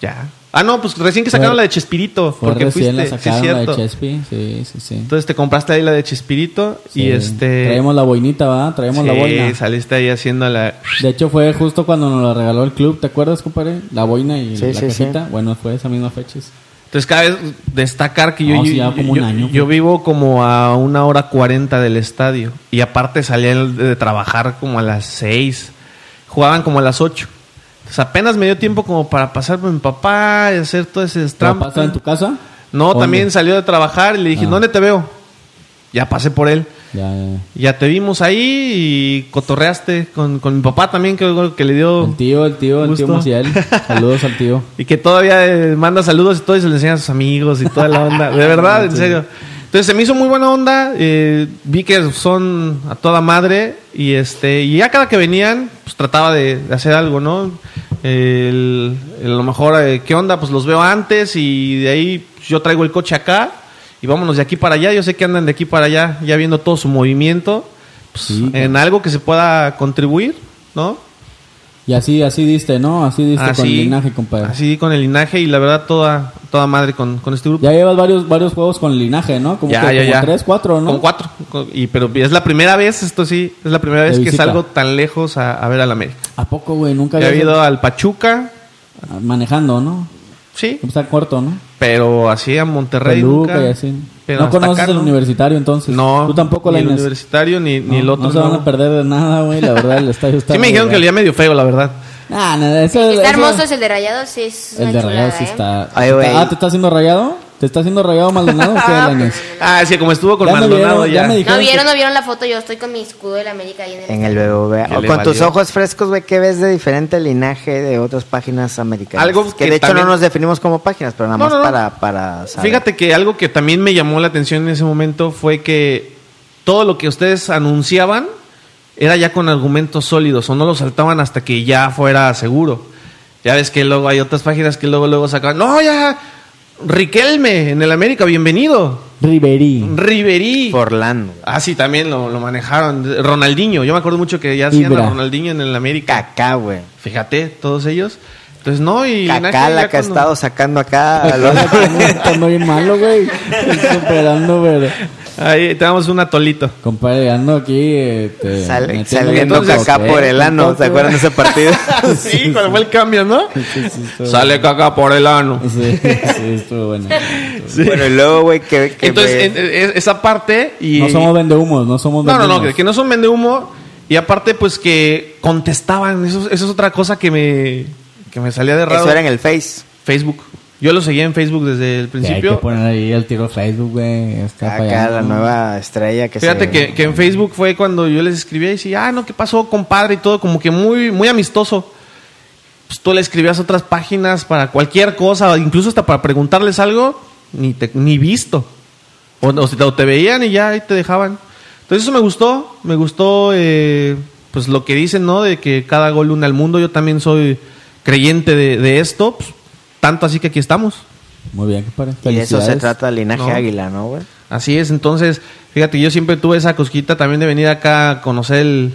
Speaker 2: ya. Ah, no, pues recién que sacaron
Speaker 3: Fue-
Speaker 2: la de Chespirito,
Speaker 3: Fue
Speaker 2: porque
Speaker 3: recién
Speaker 2: fuiste,
Speaker 3: la
Speaker 2: sí,
Speaker 3: sacaron la de
Speaker 2: cierto.
Speaker 3: Chespi. Sí, sí, sí.
Speaker 2: Entonces te compraste ahí la de Chespirito,
Speaker 3: Sí.
Speaker 2: y este...
Speaker 3: Traemos la boinita, ¿va? Traemos la
Speaker 2: sí,
Speaker 3: boina.
Speaker 2: saliste ahí haciendo la...
Speaker 3: De hecho, fue justo cuando nos la regaló el club, ¿te acuerdas, compadre? La boina y
Speaker 5: Sí,
Speaker 3: la
Speaker 5: sí,
Speaker 3: cajita. Bueno, fue esa misma fecha.
Speaker 2: Entonces cabe destacar que yo,
Speaker 3: No,
Speaker 2: yo-
Speaker 3: sí, ya como un
Speaker 2: yo-
Speaker 3: año,
Speaker 2: yo
Speaker 3: pues.
Speaker 2: vivo como a una hora cuarenta del estadio y aparte salía el- de trabajar como a las seis, jugaban como a las ocho. Entonces apenas me dio tiempo como para pasar por mi papá y hacer todo ese
Speaker 3: ¿Te la
Speaker 2: trampa.
Speaker 3: pasa en tu casa?
Speaker 2: No,
Speaker 3: ¿Dónde?
Speaker 2: también salió de trabajar y le dije,
Speaker 3: Ah.
Speaker 2: ¿dónde te veo? Ya pasé por él.
Speaker 3: Ya, ya, ya.
Speaker 2: Ya te vimos ahí y cotorreaste con, con mi papá también, que, que le dio...
Speaker 3: El tío, el tío, el tío
Speaker 2: Gusto.
Speaker 3: Maciel. Saludos al tío.
Speaker 2: Y que todavía eh, manda saludos y todo y se le enseña a sus amigos y toda la onda. De verdad, en serio. Entonces se me hizo muy buena onda. eh, vi que son a toda madre. Y este y ya cada que venían, pues trataba de, de hacer algo, ¿no? El- el- a lo mejor, eh, ¿qué onda? Pues los veo antes y de ahí pues, yo traigo el coche acá y vámonos de aquí para allá. Yo sé que andan de aquí para allá, ya viendo todo su movimiento. pues,
Speaker 3: Sí.
Speaker 2: en algo que se pueda contribuir, ¿no?
Speaker 3: Y así, así diste, ¿no? Así diste
Speaker 2: Ah,
Speaker 3: con el linaje, compadre.
Speaker 2: Así con el linaje y la verdad toda, toda madre con, con este grupo.
Speaker 3: Ya llevas varios, varios juegos con linaje, ¿no? Como, que- como tres, cuatro, ¿no?
Speaker 2: Con cuatro. Con- y, pero es la primera vez, esto sí, es la primera
Speaker 3: De
Speaker 2: vez que
Speaker 3: visita.
Speaker 2: salgo tan lejos a, a ver al América.
Speaker 3: ¿A poco, güey? Nunca
Speaker 2: Ya he
Speaker 3: había
Speaker 2: ido al Pachuca,
Speaker 3: manejando, ¿no?
Speaker 2: sí,
Speaker 3: Está corto, ¿no?
Speaker 2: pero así a Monterrey
Speaker 3: Peluca
Speaker 2: nunca.
Speaker 3: y así.
Speaker 2: Pero
Speaker 3: no
Speaker 2: hasta
Speaker 3: conoces
Speaker 2: acá,
Speaker 3: el
Speaker 2: ¿no?
Speaker 3: universitario, entonces.
Speaker 2: No,
Speaker 3: Tú tampoco
Speaker 2: ni
Speaker 3: la
Speaker 2: el
Speaker 3: Inés.
Speaker 2: universitario ni, ni el
Speaker 3: No,
Speaker 2: otro.
Speaker 3: No se van
Speaker 2: no.
Speaker 3: a perder de nada, güey. La verdad, el estadio está. Ah,
Speaker 2: Sí me
Speaker 3: muy
Speaker 2: dijeron que
Speaker 3: bueno.
Speaker 2: olía medio feo, la verdad.
Speaker 3: Nah, nada, eso-
Speaker 4: El que está
Speaker 3: eso-
Speaker 4: hermoso es el de rayados, sí, es una
Speaker 3: El de rayado
Speaker 4: chulada,
Speaker 3: sí
Speaker 4: ¿eh?
Speaker 3: está.
Speaker 5: Ay, güey.
Speaker 3: ah, ¿te está haciendo rayado? ¿Te está haciendo rayado Maldonado o qué, Lainez?
Speaker 2: Ah, sí, como estuvo con
Speaker 3: Ya me
Speaker 2: Maldonado
Speaker 3: vieron, ya
Speaker 2: ya.
Speaker 3: me dijeron.
Speaker 4: No vieron, no vieron la foto, yo estoy con mi escudo de la América ahí en el...
Speaker 5: En el BBVA.
Speaker 2: Que
Speaker 5: O
Speaker 2: le
Speaker 5: con tus
Speaker 2: valió.
Speaker 5: ojos frescos, güey, ¿qué ves de diferente linaje de otras páginas americanas?
Speaker 2: Algo
Speaker 5: que,
Speaker 2: que
Speaker 5: de hecho
Speaker 2: también-
Speaker 5: no nos definimos como páginas, pero nada
Speaker 2: No,
Speaker 5: más
Speaker 2: no, no.
Speaker 5: para, para saber.
Speaker 2: Fíjate que algo que también me llamó la atención en ese momento fue que todo lo que ustedes anunciaban era ya con argumentos sólidos o no lo saltaban hasta que ya fuera seguro. Ya ves que luego hay otras páginas que luego luego sacan, no, ya, Riquelme en el América, bienvenido.
Speaker 3: Riverí.
Speaker 2: Riverí.
Speaker 5: Forlán. güey.
Speaker 2: Ah, sí, también lo, lo manejaron. Ronaldinho, yo me acuerdo mucho que ya hacían
Speaker 3: Ibra.
Speaker 2: a Ronaldinho en el América.
Speaker 5: Cacá, güey.
Speaker 2: Fíjate, todos ellos. Entonces, no, y...
Speaker 5: Cacá
Speaker 2: Linaje
Speaker 5: la
Speaker 2: ya
Speaker 5: que ha
Speaker 2: cuando-
Speaker 5: estado sacando acá. a los-
Speaker 3: Está bien malo, güey. Estoy Superando, pero.
Speaker 2: Ahí tenemos un atolito.
Speaker 3: Compadre, ando aquí. Este,
Speaker 5: Sal-
Speaker 3: metiendo
Speaker 5: saliendo
Speaker 3: un
Speaker 5: cacá
Speaker 3: toque,
Speaker 5: por el ano.
Speaker 3: un
Speaker 5: ¿Se acuerdan de ese partido?
Speaker 2: sí, cuando fue el cambio, ¿no?
Speaker 3: Sí, sí, estuvo-
Speaker 2: Sale caca por el ano.
Speaker 3: Sí, sí, estuvo bueno.
Speaker 5: Bueno, y luego, güey, que, que
Speaker 2: Entonces,
Speaker 5: me-
Speaker 2: en- en- esa parte y...
Speaker 3: No somos vendehumos, no somos
Speaker 2: no, no, no,
Speaker 3: vendehumos.
Speaker 2: que, que no son vende humo. Y aparte, pues que contestaban. Eso, eso es otra cosa que me, que me salía de raro.
Speaker 5: eso era en el Face.
Speaker 2: Facebook. Yo lo seguía en Facebook desde el
Speaker 3: Que Hay que
Speaker 2: principio.
Speaker 3: poner ahí el tiro Facebook, güey. Está
Speaker 5: Acá
Speaker 3: fallando.
Speaker 5: la nueva estrella que
Speaker 2: Fíjate
Speaker 5: se...
Speaker 2: que, que en Facebook fue cuando yo les escribía y decía, ah, no, ¿qué pasó, compadre? Y todo, como que muy, muy amistoso. pues, tú le escribías otras páginas para cualquier cosa, incluso hasta para preguntarles algo, ni, te- ni visto. O, o te, o te veían y ya ahí te dejaban. Entonces eso me gustó, me gustó eh, pues lo que dicen, ¿no? De que cada gol une al mundo. Yo también soy creyente de, de esto, pues, tanto así que aquí estamos.
Speaker 3: Muy bien, compadre.
Speaker 5: Y de eso se
Speaker 3: Felicidades.
Speaker 5: trata el linaje
Speaker 2: No.
Speaker 5: águila, ¿no, güey?
Speaker 2: Así es, entonces, fíjate, yo siempre tuve esa cosquita también de venir acá a conocer el,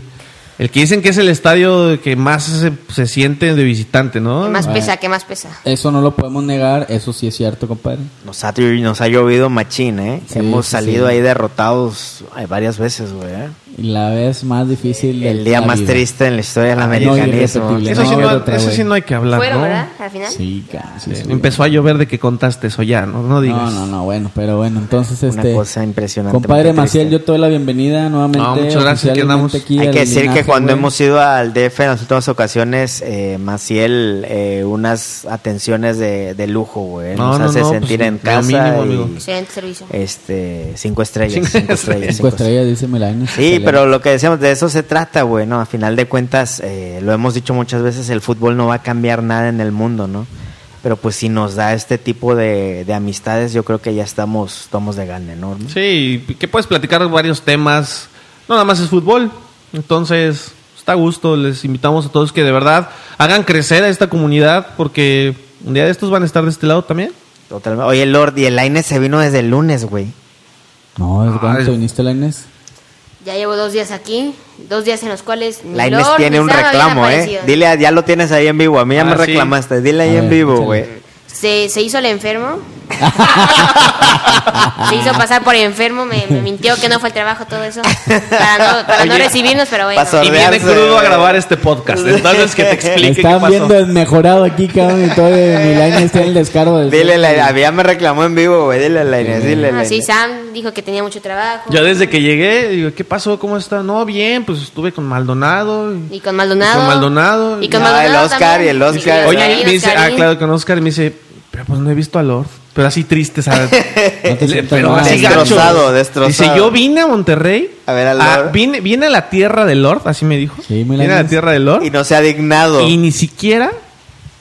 Speaker 2: el que dicen que es el estadio que más se, se siente de visitante, ¿no?
Speaker 4: ¿Qué más
Speaker 3: Ah.
Speaker 4: pesa? ¿Qué más pesa?
Speaker 3: Eso no lo podemos negar, eso sí es cierto, compadre.
Speaker 5: Nos ha, nos ha llovido machín, ¿eh?
Speaker 3: Sí,
Speaker 5: Hemos
Speaker 3: sí,
Speaker 5: salido
Speaker 3: sí.
Speaker 5: ahí derrotados ay, varias veces, güey. ¿eh?
Speaker 3: Y la vez más difícil. de
Speaker 5: El día
Speaker 3: la
Speaker 5: más
Speaker 3: vida.
Speaker 5: triste en la historia del
Speaker 3: Ah, no,
Speaker 5: americanismo.
Speaker 3: irrepetible.
Speaker 2: Eso, sí
Speaker 3: No,
Speaker 2: no,
Speaker 3: otra,
Speaker 2: eso
Speaker 3: güey.
Speaker 2: sí no hay que hablar,
Speaker 4: Fueron,
Speaker 2: ¿no?
Speaker 4: ¿verdad? Al final.
Speaker 3: Sí, casi.
Speaker 2: Eh,
Speaker 3: sí,
Speaker 2: Empezó a llover de que contaste eso ya, no, no
Speaker 3: No,
Speaker 2: digas.
Speaker 3: no, no, bueno, pero bueno, entonces
Speaker 5: Una
Speaker 3: este.
Speaker 5: cosa impresionante.
Speaker 3: Compadre
Speaker 5: muy triste.
Speaker 3: Maciel, yo te doy la bienvenida nuevamente.
Speaker 2: No, muchas gracias, aquí
Speaker 3: oficialmente
Speaker 2: andamos.
Speaker 3: aquí
Speaker 5: Hay
Speaker 3: al
Speaker 5: que decir
Speaker 3: Linaje,
Speaker 5: que cuando
Speaker 3: güey.
Speaker 5: hemos ido al DF en las últimas ocasiones, eh, Maciel, eh, unas atenciones de, de lujo, güey. ¿eh?
Speaker 2: No,
Speaker 5: Nos
Speaker 2: no,
Speaker 5: hace
Speaker 2: no,
Speaker 5: sentir
Speaker 2: pues,
Speaker 5: en
Speaker 2: lo
Speaker 5: casa.
Speaker 2: mínimo, amigo.
Speaker 5: y,
Speaker 4: Excelente servicio.
Speaker 5: este, cinco estrellas.
Speaker 2: Cinco
Speaker 5: Cinco, estrellas.
Speaker 3: Cinco
Speaker 5: cinco estrellas.
Speaker 3: estrellas, dice Milanes.
Speaker 5: Sí, pero lo que decíamos, de eso se trata, güey, ¿no? A final de cuentas, eh, lo hemos dicho muchas veces, el fútbol no va a cambiar nada en el mundo, ¿no? Pero pues si nos da este tipo de, de amistades, yo creo que ya estamos, estamos de gane, ¿no? hermano?
Speaker 2: Sí, que puedes platicar varios temas. No nada más es fútbol. Entonces, está a gusto. Les invitamos a todos que de verdad hagan crecer a esta comunidad porque un día de estos van a estar de este lado también.
Speaker 5: Totalmente. Oye, Lord, y el Aines se vino desde el lunes, güey.
Speaker 3: No, ¿es
Speaker 2: Ah,
Speaker 3: cuando
Speaker 2: es-
Speaker 3: viniste, Lainez?
Speaker 4: Ya llevo dos días aquí, dos días en los cuales ni
Speaker 5: Laines
Speaker 4: Lord
Speaker 5: tiene
Speaker 4: ni
Speaker 5: un
Speaker 4: Sam habían
Speaker 5: reclamo, ¿eh?
Speaker 4: aparecido.
Speaker 5: Dile, a- ya lo tienes ahí en vivo. A mí ya
Speaker 2: Ah,
Speaker 5: me
Speaker 2: sí.
Speaker 5: reclamaste. Dile ahí
Speaker 3: A ver,
Speaker 5: en vivo,
Speaker 3: échale.
Speaker 5: güey.
Speaker 4: Se, se hizo el enfermo. se hizo pasar por enfermo, me, me mintió que no fue el trabajo, todo eso. Para no, para no
Speaker 5: Oye,
Speaker 4: recibirnos, pero bueno.
Speaker 5: pasó.
Speaker 2: Y viene
Speaker 5: Torrearse.
Speaker 2: crudo a grabar este podcast. Entonces, que te
Speaker 3: Me
Speaker 2: explique qué
Speaker 3: están viendo
Speaker 2: pasó.
Speaker 3: el mejorado aquí, cabrón, y todavía Milanes tiene el descaro del.
Speaker 5: Dile, la, había me reclamó en vivo, güey. Dile, Laines, dile,
Speaker 4: Ah, sí,
Speaker 5: Laines.
Speaker 4: Sam dijo que tenía mucho trabajo.
Speaker 2: Yo desde que llegué, digo, ¿qué pasó? ¿Cómo está? No, bien, pues estuve con Maldonado. y-
Speaker 4: Y con Maldonado.
Speaker 2: Y con Maldonado.
Speaker 4: Y con
Speaker 5: No,
Speaker 4: Maldonado.
Speaker 5: el Oscar
Speaker 4: también.
Speaker 5: y el Oscar. Oye,
Speaker 4: Y
Speaker 2: Oye,
Speaker 4: Oscarín,
Speaker 2: me dice, ah,
Speaker 4: Oscarín.
Speaker 2: claro, con Oscar, y me dice, pero pues no he visto a Lord. Pero así triste, ¿sabes?
Speaker 3: te
Speaker 2: Le-
Speaker 3: sientas
Speaker 2: pero
Speaker 3: mal.
Speaker 2: así
Speaker 5: Destrozado,
Speaker 2: gacho.
Speaker 5: destrozado.
Speaker 2: Dice, yo vine a Monterrey.
Speaker 5: A ver al Lord.
Speaker 2: vine, vine a la tierra de Lord, así me dijo.
Speaker 3: Sí, muy
Speaker 2: vine a la
Speaker 3: lanes.
Speaker 2: tierra de Lord.
Speaker 5: Y
Speaker 2: Y,
Speaker 5: no se ha dignado.
Speaker 2: ni siquiera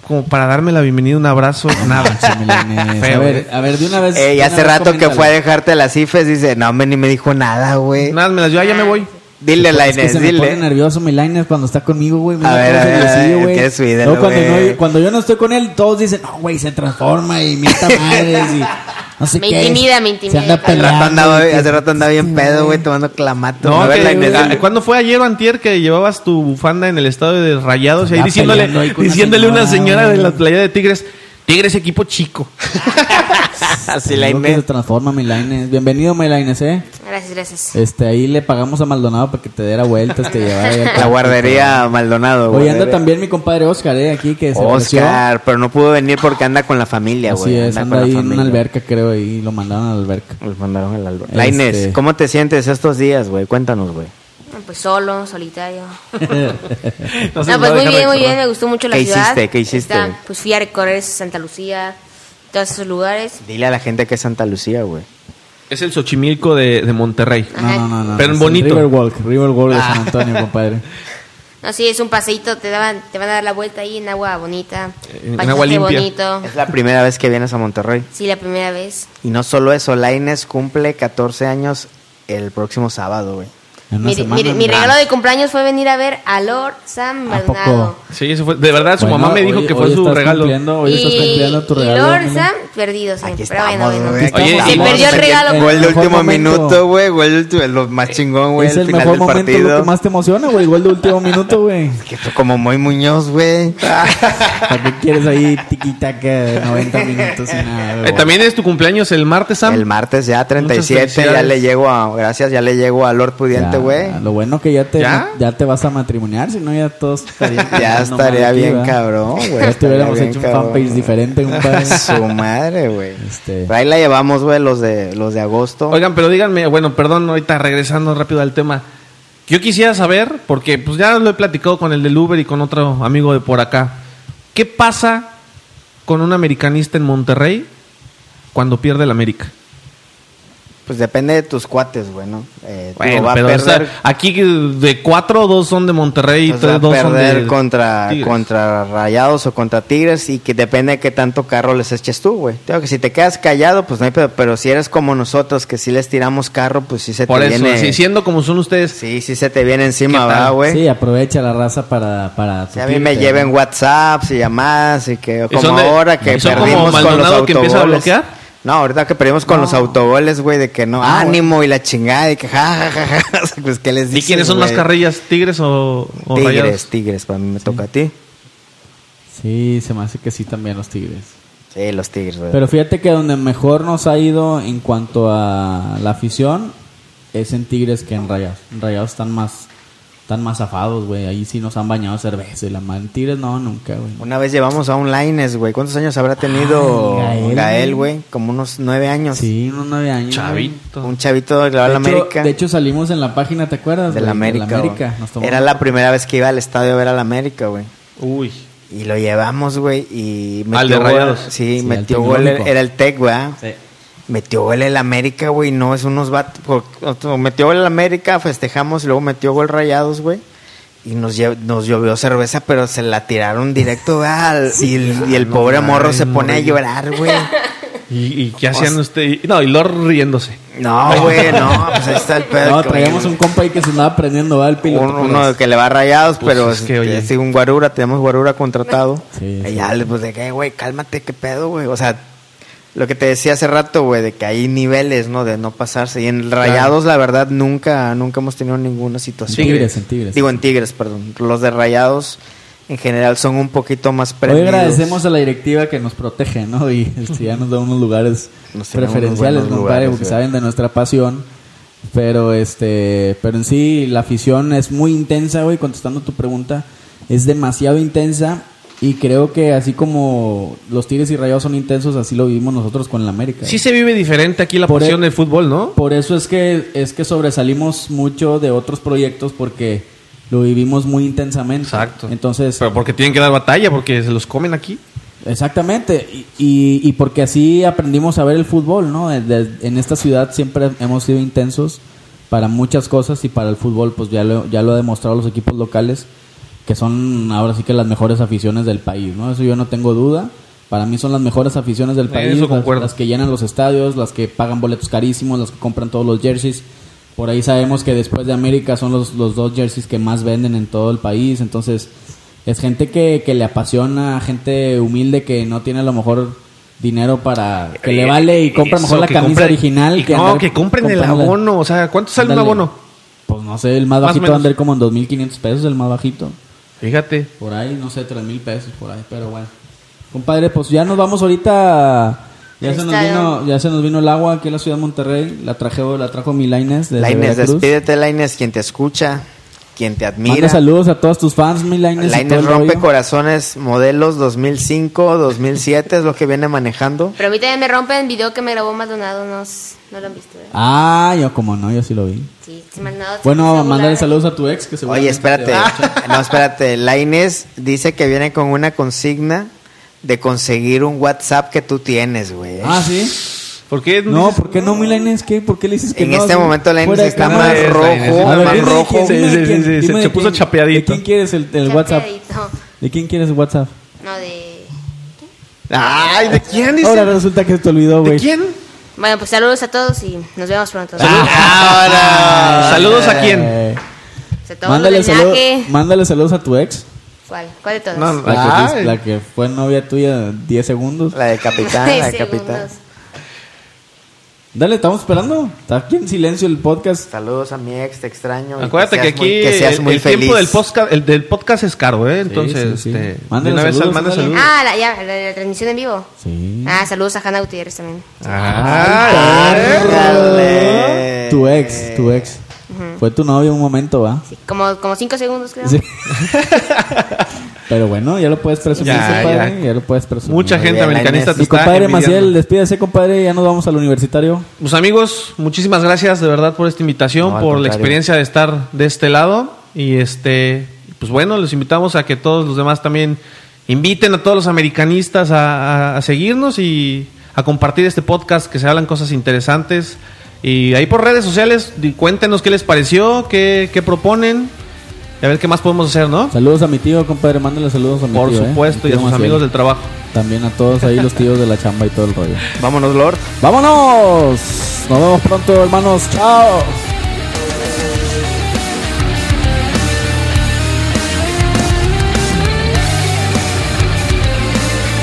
Speaker 2: como para darme la bienvenida, un abrazo, nada.
Speaker 3: Sí, Milanes. A
Speaker 2: Feo, eh.
Speaker 3: ver,
Speaker 2: güey.
Speaker 3: a ver, de una vez.
Speaker 5: Ey,
Speaker 3: de
Speaker 5: Eh, hace
Speaker 3: una vez
Speaker 5: rato que
Speaker 3: coméntalo.
Speaker 5: fue a dejarte las cifras, dice, no, hombre, ni me dijo nada, güey.
Speaker 2: Nada, me las yo ya me voy.
Speaker 5: Dile,
Speaker 3: Es que
Speaker 5: Laines,
Speaker 3: se me pone
Speaker 5: dile.
Speaker 3: nervioso mi Lainez cuando está conmigo, güey. Mira
Speaker 5: A ver,
Speaker 3: cómo se
Speaker 5: a ver,
Speaker 3: decide,
Speaker 5: a ver,
Speaker 3: güey.
Speaker 5: que es su ídolo,
Speaker 3: Luego cuando,
Speaker 5: güey.
Speaker 3: no- cuando yo no estoy con él, todos dicen, no, güey, se transforma y mienta madres y no sé
Speaker 4: Me
Speaker 3: qué.
Speaker 4: intimida, me
Speaker 3: Se
Speaker 4: intimida.
Speaker 3: anda
Speaker 4: Hace
Speaker 5: Hace
Speaker 3: peleando.
Speaker 5: rato andaba,
Speaker 3: y que-
Speaker 5: hace rato andaba bien pedo, güey, tomando clamato.
Speaker 2: No,
Speaker 5: A ver,
Speaker 2: que-
Speaker 5: Lainez,
Speaker 2: ah,
Speaker 5: dile.
Speaker 2: ¿cuándo fue ayer o antier que llevabas tu bufanda en el estado de Rayados y ahí
Speaker 3: Andaba
Speaker 2: diciéndole,
Speaker 3: peleando ahí con una
Speaker 2: diciéndole a una
Speaker 3: señora,
Speaker 2: señora de la
Speaker 3: güey.
Speaker 2: playa de Tigres, Tigres equipo chico?
Speaker 5: Así
Speaker 3: Digo que se
Speaker 5: Lainez.
Speaker 3: transforma mi Lainez. Bienvenido, mi Lainez, eh.
Speaker 4: Gracias, gracias.
Speaker 3: Este, ahí le pagamos a Maldonado para que te diera vueltas, te llevara. ahí al
Speaker 5: La
Speaker 3: campo.
Speaker 5: guardería Maldonado, güey.
Speaker 3: Oye, anda también mi compadre Oscar, eh, aquí que se ofreció.
Speaker 5: Oscar, pero no pudo venir porque anda con la familia,
Speaker 3: Así
Speaker 5: güey.
Speaker 3: es,
Speaker 5: con
Speaker 3: anda
Speaker 5: la
Speaker 3: ahí en
Speaker 5: familia.
Speaker 3: una alberca, creo, y lo mandaron a la alberca.
Speaker 5: Los mandaron al alberca.
Speaker 3: Este-
Speaker 5: Lainez, ¿cómo te sientes estos días, güey? Cuéntanos, güey.
Speaker 4: Pues solo, solitario.
Speaker 2: Entonces,
Speaker 4: No, pues
Speaker 2: voy a
Speaker 4: muy
Speaker 2: dejar
Speaker 4: bien, muy bien,
Speaker 2: recordar.
Speaker 4: me gustó mucho la
Speaker 5: ¿Qué
Speaker 4: ciudad.
Speaker 5: hiciste? ¿Qué hiciste?
Speaker 4: pues fui a recorrer Santa Lucía, todos esos lugares.
Speaker 5: Dile a la gente que es Santa Lucía, güey.
Speaker 2: Es el Xochimilco de, de Monterrey.
Speaker 3: No, no, no, no. Ah.
Speaker 2: Pero en
Speaker 3: es el
Speaker 2: bonito.
Speaker 3: Riverwalk, Riverwalk de San Antonio, compadre.
Speaker 4: No, sí, es un paseíto, te, daban, te van a dar la vuelta ahí en agua bonita.
Speaker 2: En- en
Speaker 4: paisaje
Speaker 2: agua limpia.
Speaker 4: bonito.
Speaker 5: Es la primera vez que vienes a Monterrey.
Speaker 4: Sí, la primera vez.
Speaker 5: Y no solo eso, Laines cumple 14 años el próximo sábado, güey.
Speaker 3: En una
Speaker 4: Mi,
Speaker 3: semana,
Speaker 4: mi- mi
Speaker 3: ¿no?
Speaker 4: regalo de cumpleaños fue venir a ver a Lord Sam
Speaker 3: ¿A poco?
Speaker 4: Maldonado.
Speaker 2: Sí, eso fue. De verdad, su
Speaker 3: Bueno,
Speaker 2: mamá me dijo
Speaker 3: hoy-
Speaker 2: que fue
Speaker 3: hoy
Speaker 2: su
Speaker 3: estás
Speaker 2: regalo.
Speaker 3: cumpliendo, hoy estás cumpliendo tu
Speaker 4: y
Speaker 3: regalo.
Speaker 4: Lord
Speaker 3: Milo.
Speaker 4: Sam perdido siempre.
Speaker 5: Aquí
Speaker 4: Pero
Speaker 5: estamos,
Speaker 4: bueno,
Speaker 5: güey.
Speaker 4: bueno.
Speaker 5: aquí
Speaker 2: Oye,
Speaker 5: estamos.
Speaker 2: se perdió el
Speaker 4: regalo.
Speaker 5: Gol de
Speaker 3: El mejor
Speaker 5: Eh, último
Speaker 3: momento.
Speaker 5: minuto, güey. Gol de último, lo más chingón, güey.
Speaker 3: es el
Speaker 5: final
Speaker 3: mejor
Speaker 5: del
Speaker 3: momento,
Speaker 5: partido.
Speaker 3: lo que más te emociona, güey. Igual de último minuto, güey.
Speaker 5: Que fue como muy Muñoz, güey.
Speaker 3: ¿Para qué quieres ahí tiquitaca de 90 minutos y nada,
Speaker 2: Eh,
Speaker 3: güey?
Speaker 2: También es tu cumpleaños el martes, Sam.
Speaker 5: el martes ya
Speaker 2: Muchas
Speaker 5: 37, ya
Speaker 2: felicidades.
Speaker 5: le llego a... Gracias, ya le llego a Lord Pudiente,
Speaker 3: Ya,
Speaker 5: güey.
Speaker 3: Lo bueno que ya te,
Speaker 2: ¿Ya?
Speaker 3: ya te vas a matrimoniar, si no ya todos estarían...
Speaker 5: Ya
Speaker 3: quedando mal
Speaker 5: estaría
Speaker 3: aquí,
Speaker 5: bien
Speaker 3: ¿verdad?
Speaker 5: cabrón, güey.
Speaker 3: Ya estuviéramos
Speaker 5: Estaría
Speaker 3: hecho un
Speaker 5: bien cabrón.
Speaker 3: fanpage diferente, compadre.
Speaker 5: Su madre, güey.
Speaker 3: Este-
Speaker 5: Ahí la llevamos, güey, los de, los de agosto.
Speaker 2: Oigan, pero díganme, bueno, perdón, ahorita regresando rápido al tema. Yo quisiera saber, porque pues ya lo he platicado con el del Uber y con otro amigo de por acá. ¿Qué pasa con un americanista en Monterrey cuando pierde el América?
Speaker 5: Pues depende de tus cuates, güey, ¿no? Eh,
Speaker 2: Bueno,
Speaker 5: digo, va
Speaker 2: pero
Speaker 5: a
Speaker 2: o sea,
Speaker 5: perder,
Speaker 2: aquí de cuatro, dos son de Monterrey y
Speaker 5: pues, va
Speaker 2: tres,
Speaker 5: a
Speaker 2: dos son
Speaker 5: perder
Speaker 2: de
Speaker 5: contra,
Speaker 2: Tigres.
Speaker 5: contra Rayados o contra Tigres y que depende de qué tanto carro les eches tú, güey. Tengo que si te quedas callado, pues no hay pedo, pero si eres como nosotros, que si les tiramos carro, pues sí se
Speaker 2: Por
Speaker 5: te
Speaker 2: eso,
Speaker 5: viene...
Speaker 2: así, siendo como son ustedes,
Speaker 5: Sí, sí se te viene encima,
Speaker 2: ¿Qué tal?
Speaker 5: ¿verdad, güey?
Speaker 3: Sí, aprovecha la raza para... para
Speaker 5: Si a mí me
Speaker 3: tupirte,
Speaker 5: lleven
Speaker 3: ¿no?
Speaker 5: WhatsApps y llamadas y que
Speaker 2: ¿Y son
Speaker 5: como
Speaker 2: de-
Speaker 5: ahora que
Speaker 2: y son como
Speaker 5: perdimos con los
Speaker 2: Maldonado
Speaker 5: autogoles.
Speaker 2: que empieza a bloquear? Ah,
Speaker 5: No, ahorita que perdimos con los autogoles, güey, de que no, ánimo y la chingada y que ja, ja, ja, ja. pues qué les
Speaker 2: ¿y
Speaker 5: dices,
Speaker 2: quiénes son
Speaker 5: güey?
Speaker 2: más carrillas, Tigres o, o
Speaker 5: Tigres,
Speaker 2: Rayados?
Speaker 5: Tigres, para mí me toca a ti.
Speaker 3: Sí, se me hace que sí también los Tigres.
Speaker 5: Sí, los Tigres, güey.
Speaker 3: Pero fíjate que donde mejor nos ha ido en cuanto a la afición es en Tigres que en Rayados. En Rayados están más, están más zafados, güey. Ahí sí nos han bañado cerveza y la madre. En Tigres no, nunca, güey.
Speaker 5: Una vez llevamos a un Lines, güey. ¿Cuántos años habrá tenido
Speaker 3: Ah, el Gael,
Speaker 5: Gael, güey? Como unos nueve años.
Speaker 3: Sí, unos nueve años. güey.
Speaker 2: Chavito.
Speaker 5: Un chavito de la
Speaker 3: De hecho,
Speaker 5: América.
Speaker 3: de hecho, salimos en la página, ¿te acuerdas?
Speaker 5: de la
Speaker 3: güey?
Speaker 5: América. güey.
Speaker 3: Nos tomamos-
Speaker 5: Era la primera vez que iba al estadio a ver a la América, güey.
Speaker 2: Uy.
Speaker 5: Y lo llevamos, güey, y
Speaker 2: Al de
Speaker 5: gol-
Speaker 2: Rayados.
Speaker 5: Sí,
Speaker 3: Sí,
Speaker 5: metió
Speaker 3: al
Speaker 5: gol,
Speaker 3: Tecnológico.
Speaker 5: era el Tec, güey. ¿ah?
Speaker 3: Sí.
Speaker 5: Metió gol el América, güey, no, es unos vatos, por- otro- metió gol el América, festejamos, y luego metió gol Rayados, güey. Y nos, lle- nos llovió cerveza, pero se la tiraron directo, güey, al- y, el- y el pobre morro se pone a llorar, güey.
Speaker 2: ¿Y, y qué hacían ustedes? No, y Lor riéndose.
Speaker 5: No, güey, no, pues ahí está el pedo.
Speaker 3: No,
Speaker 5: que,
Speaker 3: traíamos
Speaker 5: güey,
Speaker 3: un compa ahí que se andaba prendiendo, ¿va? El piloto. pues.
Speaker 5: un- uno que le va a rayados,
Speaker 2: Pues
Speaker 5: pero
Speaker 2: es
Speaker 5: es
Speaker 2: que, oye.
Speaker 5: es un guarura, tenemos guarura contratado.
Speaker 3: Sí,
Speaker 5: y
Speaker 3: sí.
Speaker 5: ya, le- pues de que, güey, cálmate, qué pedo, güey. O sea, lo que te decía hace rato, güey, de que hay niveles, ¿no? De no pasarse. Y en rayados, la verdad, nunca, nunca hemos tenido ninguna
Speaker 3: En
Speaker 5: situación.
Speaker 3: Tigres, en Tigres.
Speaker 5: Digo, en Tigres, perdón. Los de rayados, en general, son un poquito más
Speaker 3: Hoy
Speaker 5: prendidos.
Speaker 3: agradecemos a la directiva que nos protege, ¿no? Y este, ya nos da unos lugares
Speaker 5: Nos tiene unos
Speaker 3: preferenciales,
Speaker 5: buenos
Speaker 3: compadre,
Speaker 5: lugares,
Speaker 3: porque
Speaker 5: güey.
Speaker 3: saben de nuestra pasión. Pero este, pero en sí la afición es muy intensa, güey, contestando tu pregunta, es demasiado intensa y creo que así como los Tigres y Rayados son intensos, así lo vivimos nosotros con el América.
Speaker 2: Sí
Speaker 3: güey.
Speaker 2: se vive diferente aquí la
Speaker 3: Este, Por
Speaker 2: pasión
Speaker 3: e-
Speaker 2: del fútbol, ¿no?
Speaker 3: Por eso es que es que sobresalimos mucho de otros proyectos porque lo vivimos muy intensamente.
Speaker 2: Exacto.
Speaker 3: Entonces,
Speaker 2: Pero porque tienen que dar batalla, porque se los comen aquí.
Speaker 3: Exactamente, y, y- y porque así aprendimos a ver el fútbol, ¿no? Desde- en esta ciudad siempre hemos sido intensos para muchas cosas y para el fútbol, pues ya lo, ya lo ha demostrado los equipos locales, que son ahora sí que las mejores aficiones del país, ¿no? Eso yo no tengo duda. Para mí son las mejores aficiones del
Speaker 2: En
Speaker 3: país,
Speaker 2: eso
Speaker 3: las-
Speaker 2: concuerdo.
Speaker 3: las que llenan los estadios, las que pagan boletos carísimos, las que compran todos los jerseys. Por ahí sabemos que después de América son los, los dos jerseys que más venden en todo el país. Entonces, es gente que, que le apasiona, gente humilde que no tiene a lo mejor dinero para... que le vale y compra
Speaker 2: Eh, Eso,
Speaker 3: mejor la
Speaker 2: que
Speaker 3: camisa
Speaker 2: compren-
Speaker 3: original.
Speaker 2: y no,
Speaker 3: andar
Speaker 2: que compren el
Speaker 3: comprándola.
Speaker 2: abono. O sea, ¿cuánto sale
Speaker 3: Ándale.
Speaker 2: un abono?
Speaker 3: Pues no sé, el más,
Speaker 2: Más o
Speaker 3: bajito va a
Speaker 2: menos.
Speaker 3: andar como en 2.500 pesos, el más bajito.
Speaker 2: Fíjate.
Speaker 3: Por ahí, no sé, 3.000 pesos, por ahí, pero bueno. Compadre, pues ya nos vamos ahorita... Ya
Speaker 4: Ahí
Speaker 3: se, nos
Speaker 4: está,
Speaker 3: vino, ya se nos vino el agua aquí en la ciudad de Monterrey. La, traje, la trajo mi Laines de
Speaker 5: Lainez,
Speaker 3: Veracruz.
Speaker 5: despídete, Lainez, quien te escucha, quien te
Speaker 3: Manda
Speaker 5: admira.
Speaker 3: saludos a todos tus fans, mi Laines. y todo
Speaker 5: Lainez
Speaker 3: el
Speaker 5: rompe
Speaker 3: rollo.
Speaker 5: corazones, modelos 2005, 2007 es lo que viene manejando.
Speaker 4: Pero a mí también me rompen el video que me grabó Maldonado, no, s- no lo han visto. ¿verdad?
Speaker 3: Ah, yo como no, yo sí lo vi.
Speaker 4: Sí, sí, Maldonado. se puso
Speaker 3: Bueno,
Speaker 4: a
Speaker 3: mandarle
Speaker 4: volar.
Speaker 3: saludos a tu ex que
Speaker 5: Oye,
Speaker 3: seguramente
Speaker 5: espérate.
Speaker 3: te va a escuchar.
Speaker 5: No, espérate. La Inés dice que viene con una consigna de conseguir un WhatsApp que tú tienes, güey.
Speaker 3: Ah, sí.
Speaker 2: ¿Por qué?
Speaker 3: No, ¿por qué no, mi Laines? ¿Qué? ¿Por qué le dices que
Speaker 5: En
Speaker 3: no?
Speaker 5: este
Speaker 3: Sí,
Speaker 5: momento Lainez
Speaker 3: fuera de
Speaker 5: está
Speaker 3: cámara.
Speaker 5: más
Speaker 2: Es,
Speaker 5: rojo,
Speaker 2: Lainez,
Speaker 3: A
Speaker 2: está
Speaker 3: ver,
Speaker 2: más
Speaker 3: dime de quién,
Speaker 2: rojo.
Speaker 3: dime
Speaker 2: Sí,
Speaker 3: de
Speaker 2: sí,
Speaker 3: quién,
Speaker 2: sí, sí,
Speaker 3: dime
Speaker 2: se
Speaker 3: de
Speaker 2: puso
Speaker 3: quién. ¿De
Speaker 2: chapeadito.
Speaker 3: quién quieres el, el WhatsApp?
Speaker 4: Chapeadito.
Speaker 3: ¿De quién quieres el WhatsApp?
Speaker 4: No, de...
Speaker 2: Ay, ¿de quién dice?
Speaker 3: Ahora resulta que se te olvidó,
Speaker 2: ¿De
Speaker 3: güey.
Speaker 2: quién?
Speaker 4: Bueno, pues saludos a todos y nos vemos pronto.
Speaker 3: Ah,
Speaker 2: Ahora. Saludos a quién.
Speaker 3: Eh,
Speaker 4: O sea, todos
Speaker 3: mándale,
Speaker 4: los del
Speaker 3: saludo-
Speaker 4: Naque.
Speaker 3: mándale saludos a tu ex.
Speaker 4: ¿Cuál? ¿Cuál de todos?
Speaker 2: No,
Speaker 3: La que, fuiste-
Speaker 2: ay.
Speaker 3: la que fue novia tuya 10 segundos.
Speaker 5: La de capitán,
Speaker 4: Ay,
Speaker 5: la de
Speaker 4: segundos.
Speaker 5: capitán.
Speaker 3: Dale, estamos esperando. Está aquí en silencio el podcast.
Speaker 5: Saludos a mi ex, te extraño. y
Speaker 2: Acuérdate que,
Speaker 5: seas
Speaker 2: aquí
Speaker 5: muy- que seas
Speaker 2: el,
Speaker 5: muy
Speaker 2: el
Speaker 5: feliz.
Speaker 2: tiempo del podcast, el del podcast es caro, ¿eh? Entonces,
Speaker 3: sí, sí.
Speaker 2: este,
Speaker 3: Mándale
Speaker 2: de una vez
Speaker 3: saludos,
Speaker 2: manda
Speaker 3: ándale.
Speaker 2: saludos.
Speaker 4: Ah, la, ya, la, de la transmisión en vivo.
Speaker 3: Mm. Sí.
Speaker 4: Ah, saludos a Hanna Gutiérrez también.
Speaker 2: Ah, ¿eh?
Speaker 5: Dale.
Speaker 3: Tu ex, tu ex. Fue tu novio un momento, ¿va?
Speaker 4: Sí, como, como cinco segundos creo.
Speaker 3: Sí. Pero bueno, ya lo puedes presumir,
Speaker 2: Ya,
Speaker 3: compadre.
Speaker 2: ya.
Speaker 3: Ya. lo puedes presumir.
Speaker 2: Mucha
Speaker 5: Muy
Speaker 2: gente
Speaker 5: bien,
Speaker 2: americanista
Speaker 5: Lainez.
Speaker 2: te
Speaker 3: Mi
Speaker 2: está
Speaker 3: compadre
Speaker 2: envidiando.
Speaker 3: Maciel, despídase, compadre. Ya nos vamos al universitario.
Speaker 2: Pues amigos, muchísimas gracias de verdad por esta invitación,
Speaker 5: No, al
Speaker 2: por la
Speaker 5: contrario.
Speaker 2: experiencia de estar de este lado. Y este, pues bueno, les invitamos a que todos los demás también inviten a todos los americanistas a, a- a seguirnos y a compartir este podcast que se hablan cosas interesantes Y ahí por redes sociales, di- cuéntenos qué les pareció, qué, qué proponen. Y a ver qué más podemos hacer, ¿no?
Speaker 3: Saludos a mi tío, compadre. Mándale saludos a mi
Speaker 2: Por
Speaker 3: tío. ¿eh?
Speaker 2: supuesto, y
Speaker 3: Mi tío
Speaker 2: a sus
Speaker 3: Maciel.
Speaker 2: amigos del trabajo.
Speaker 3: También a todos ahí, los tíos de la chamba y todo el rollo.
Speaker 6: Vámonos, Lord.
Speaker 3: ¡Vámonos! Nos vemos pronto, hermanos. ¡Chao!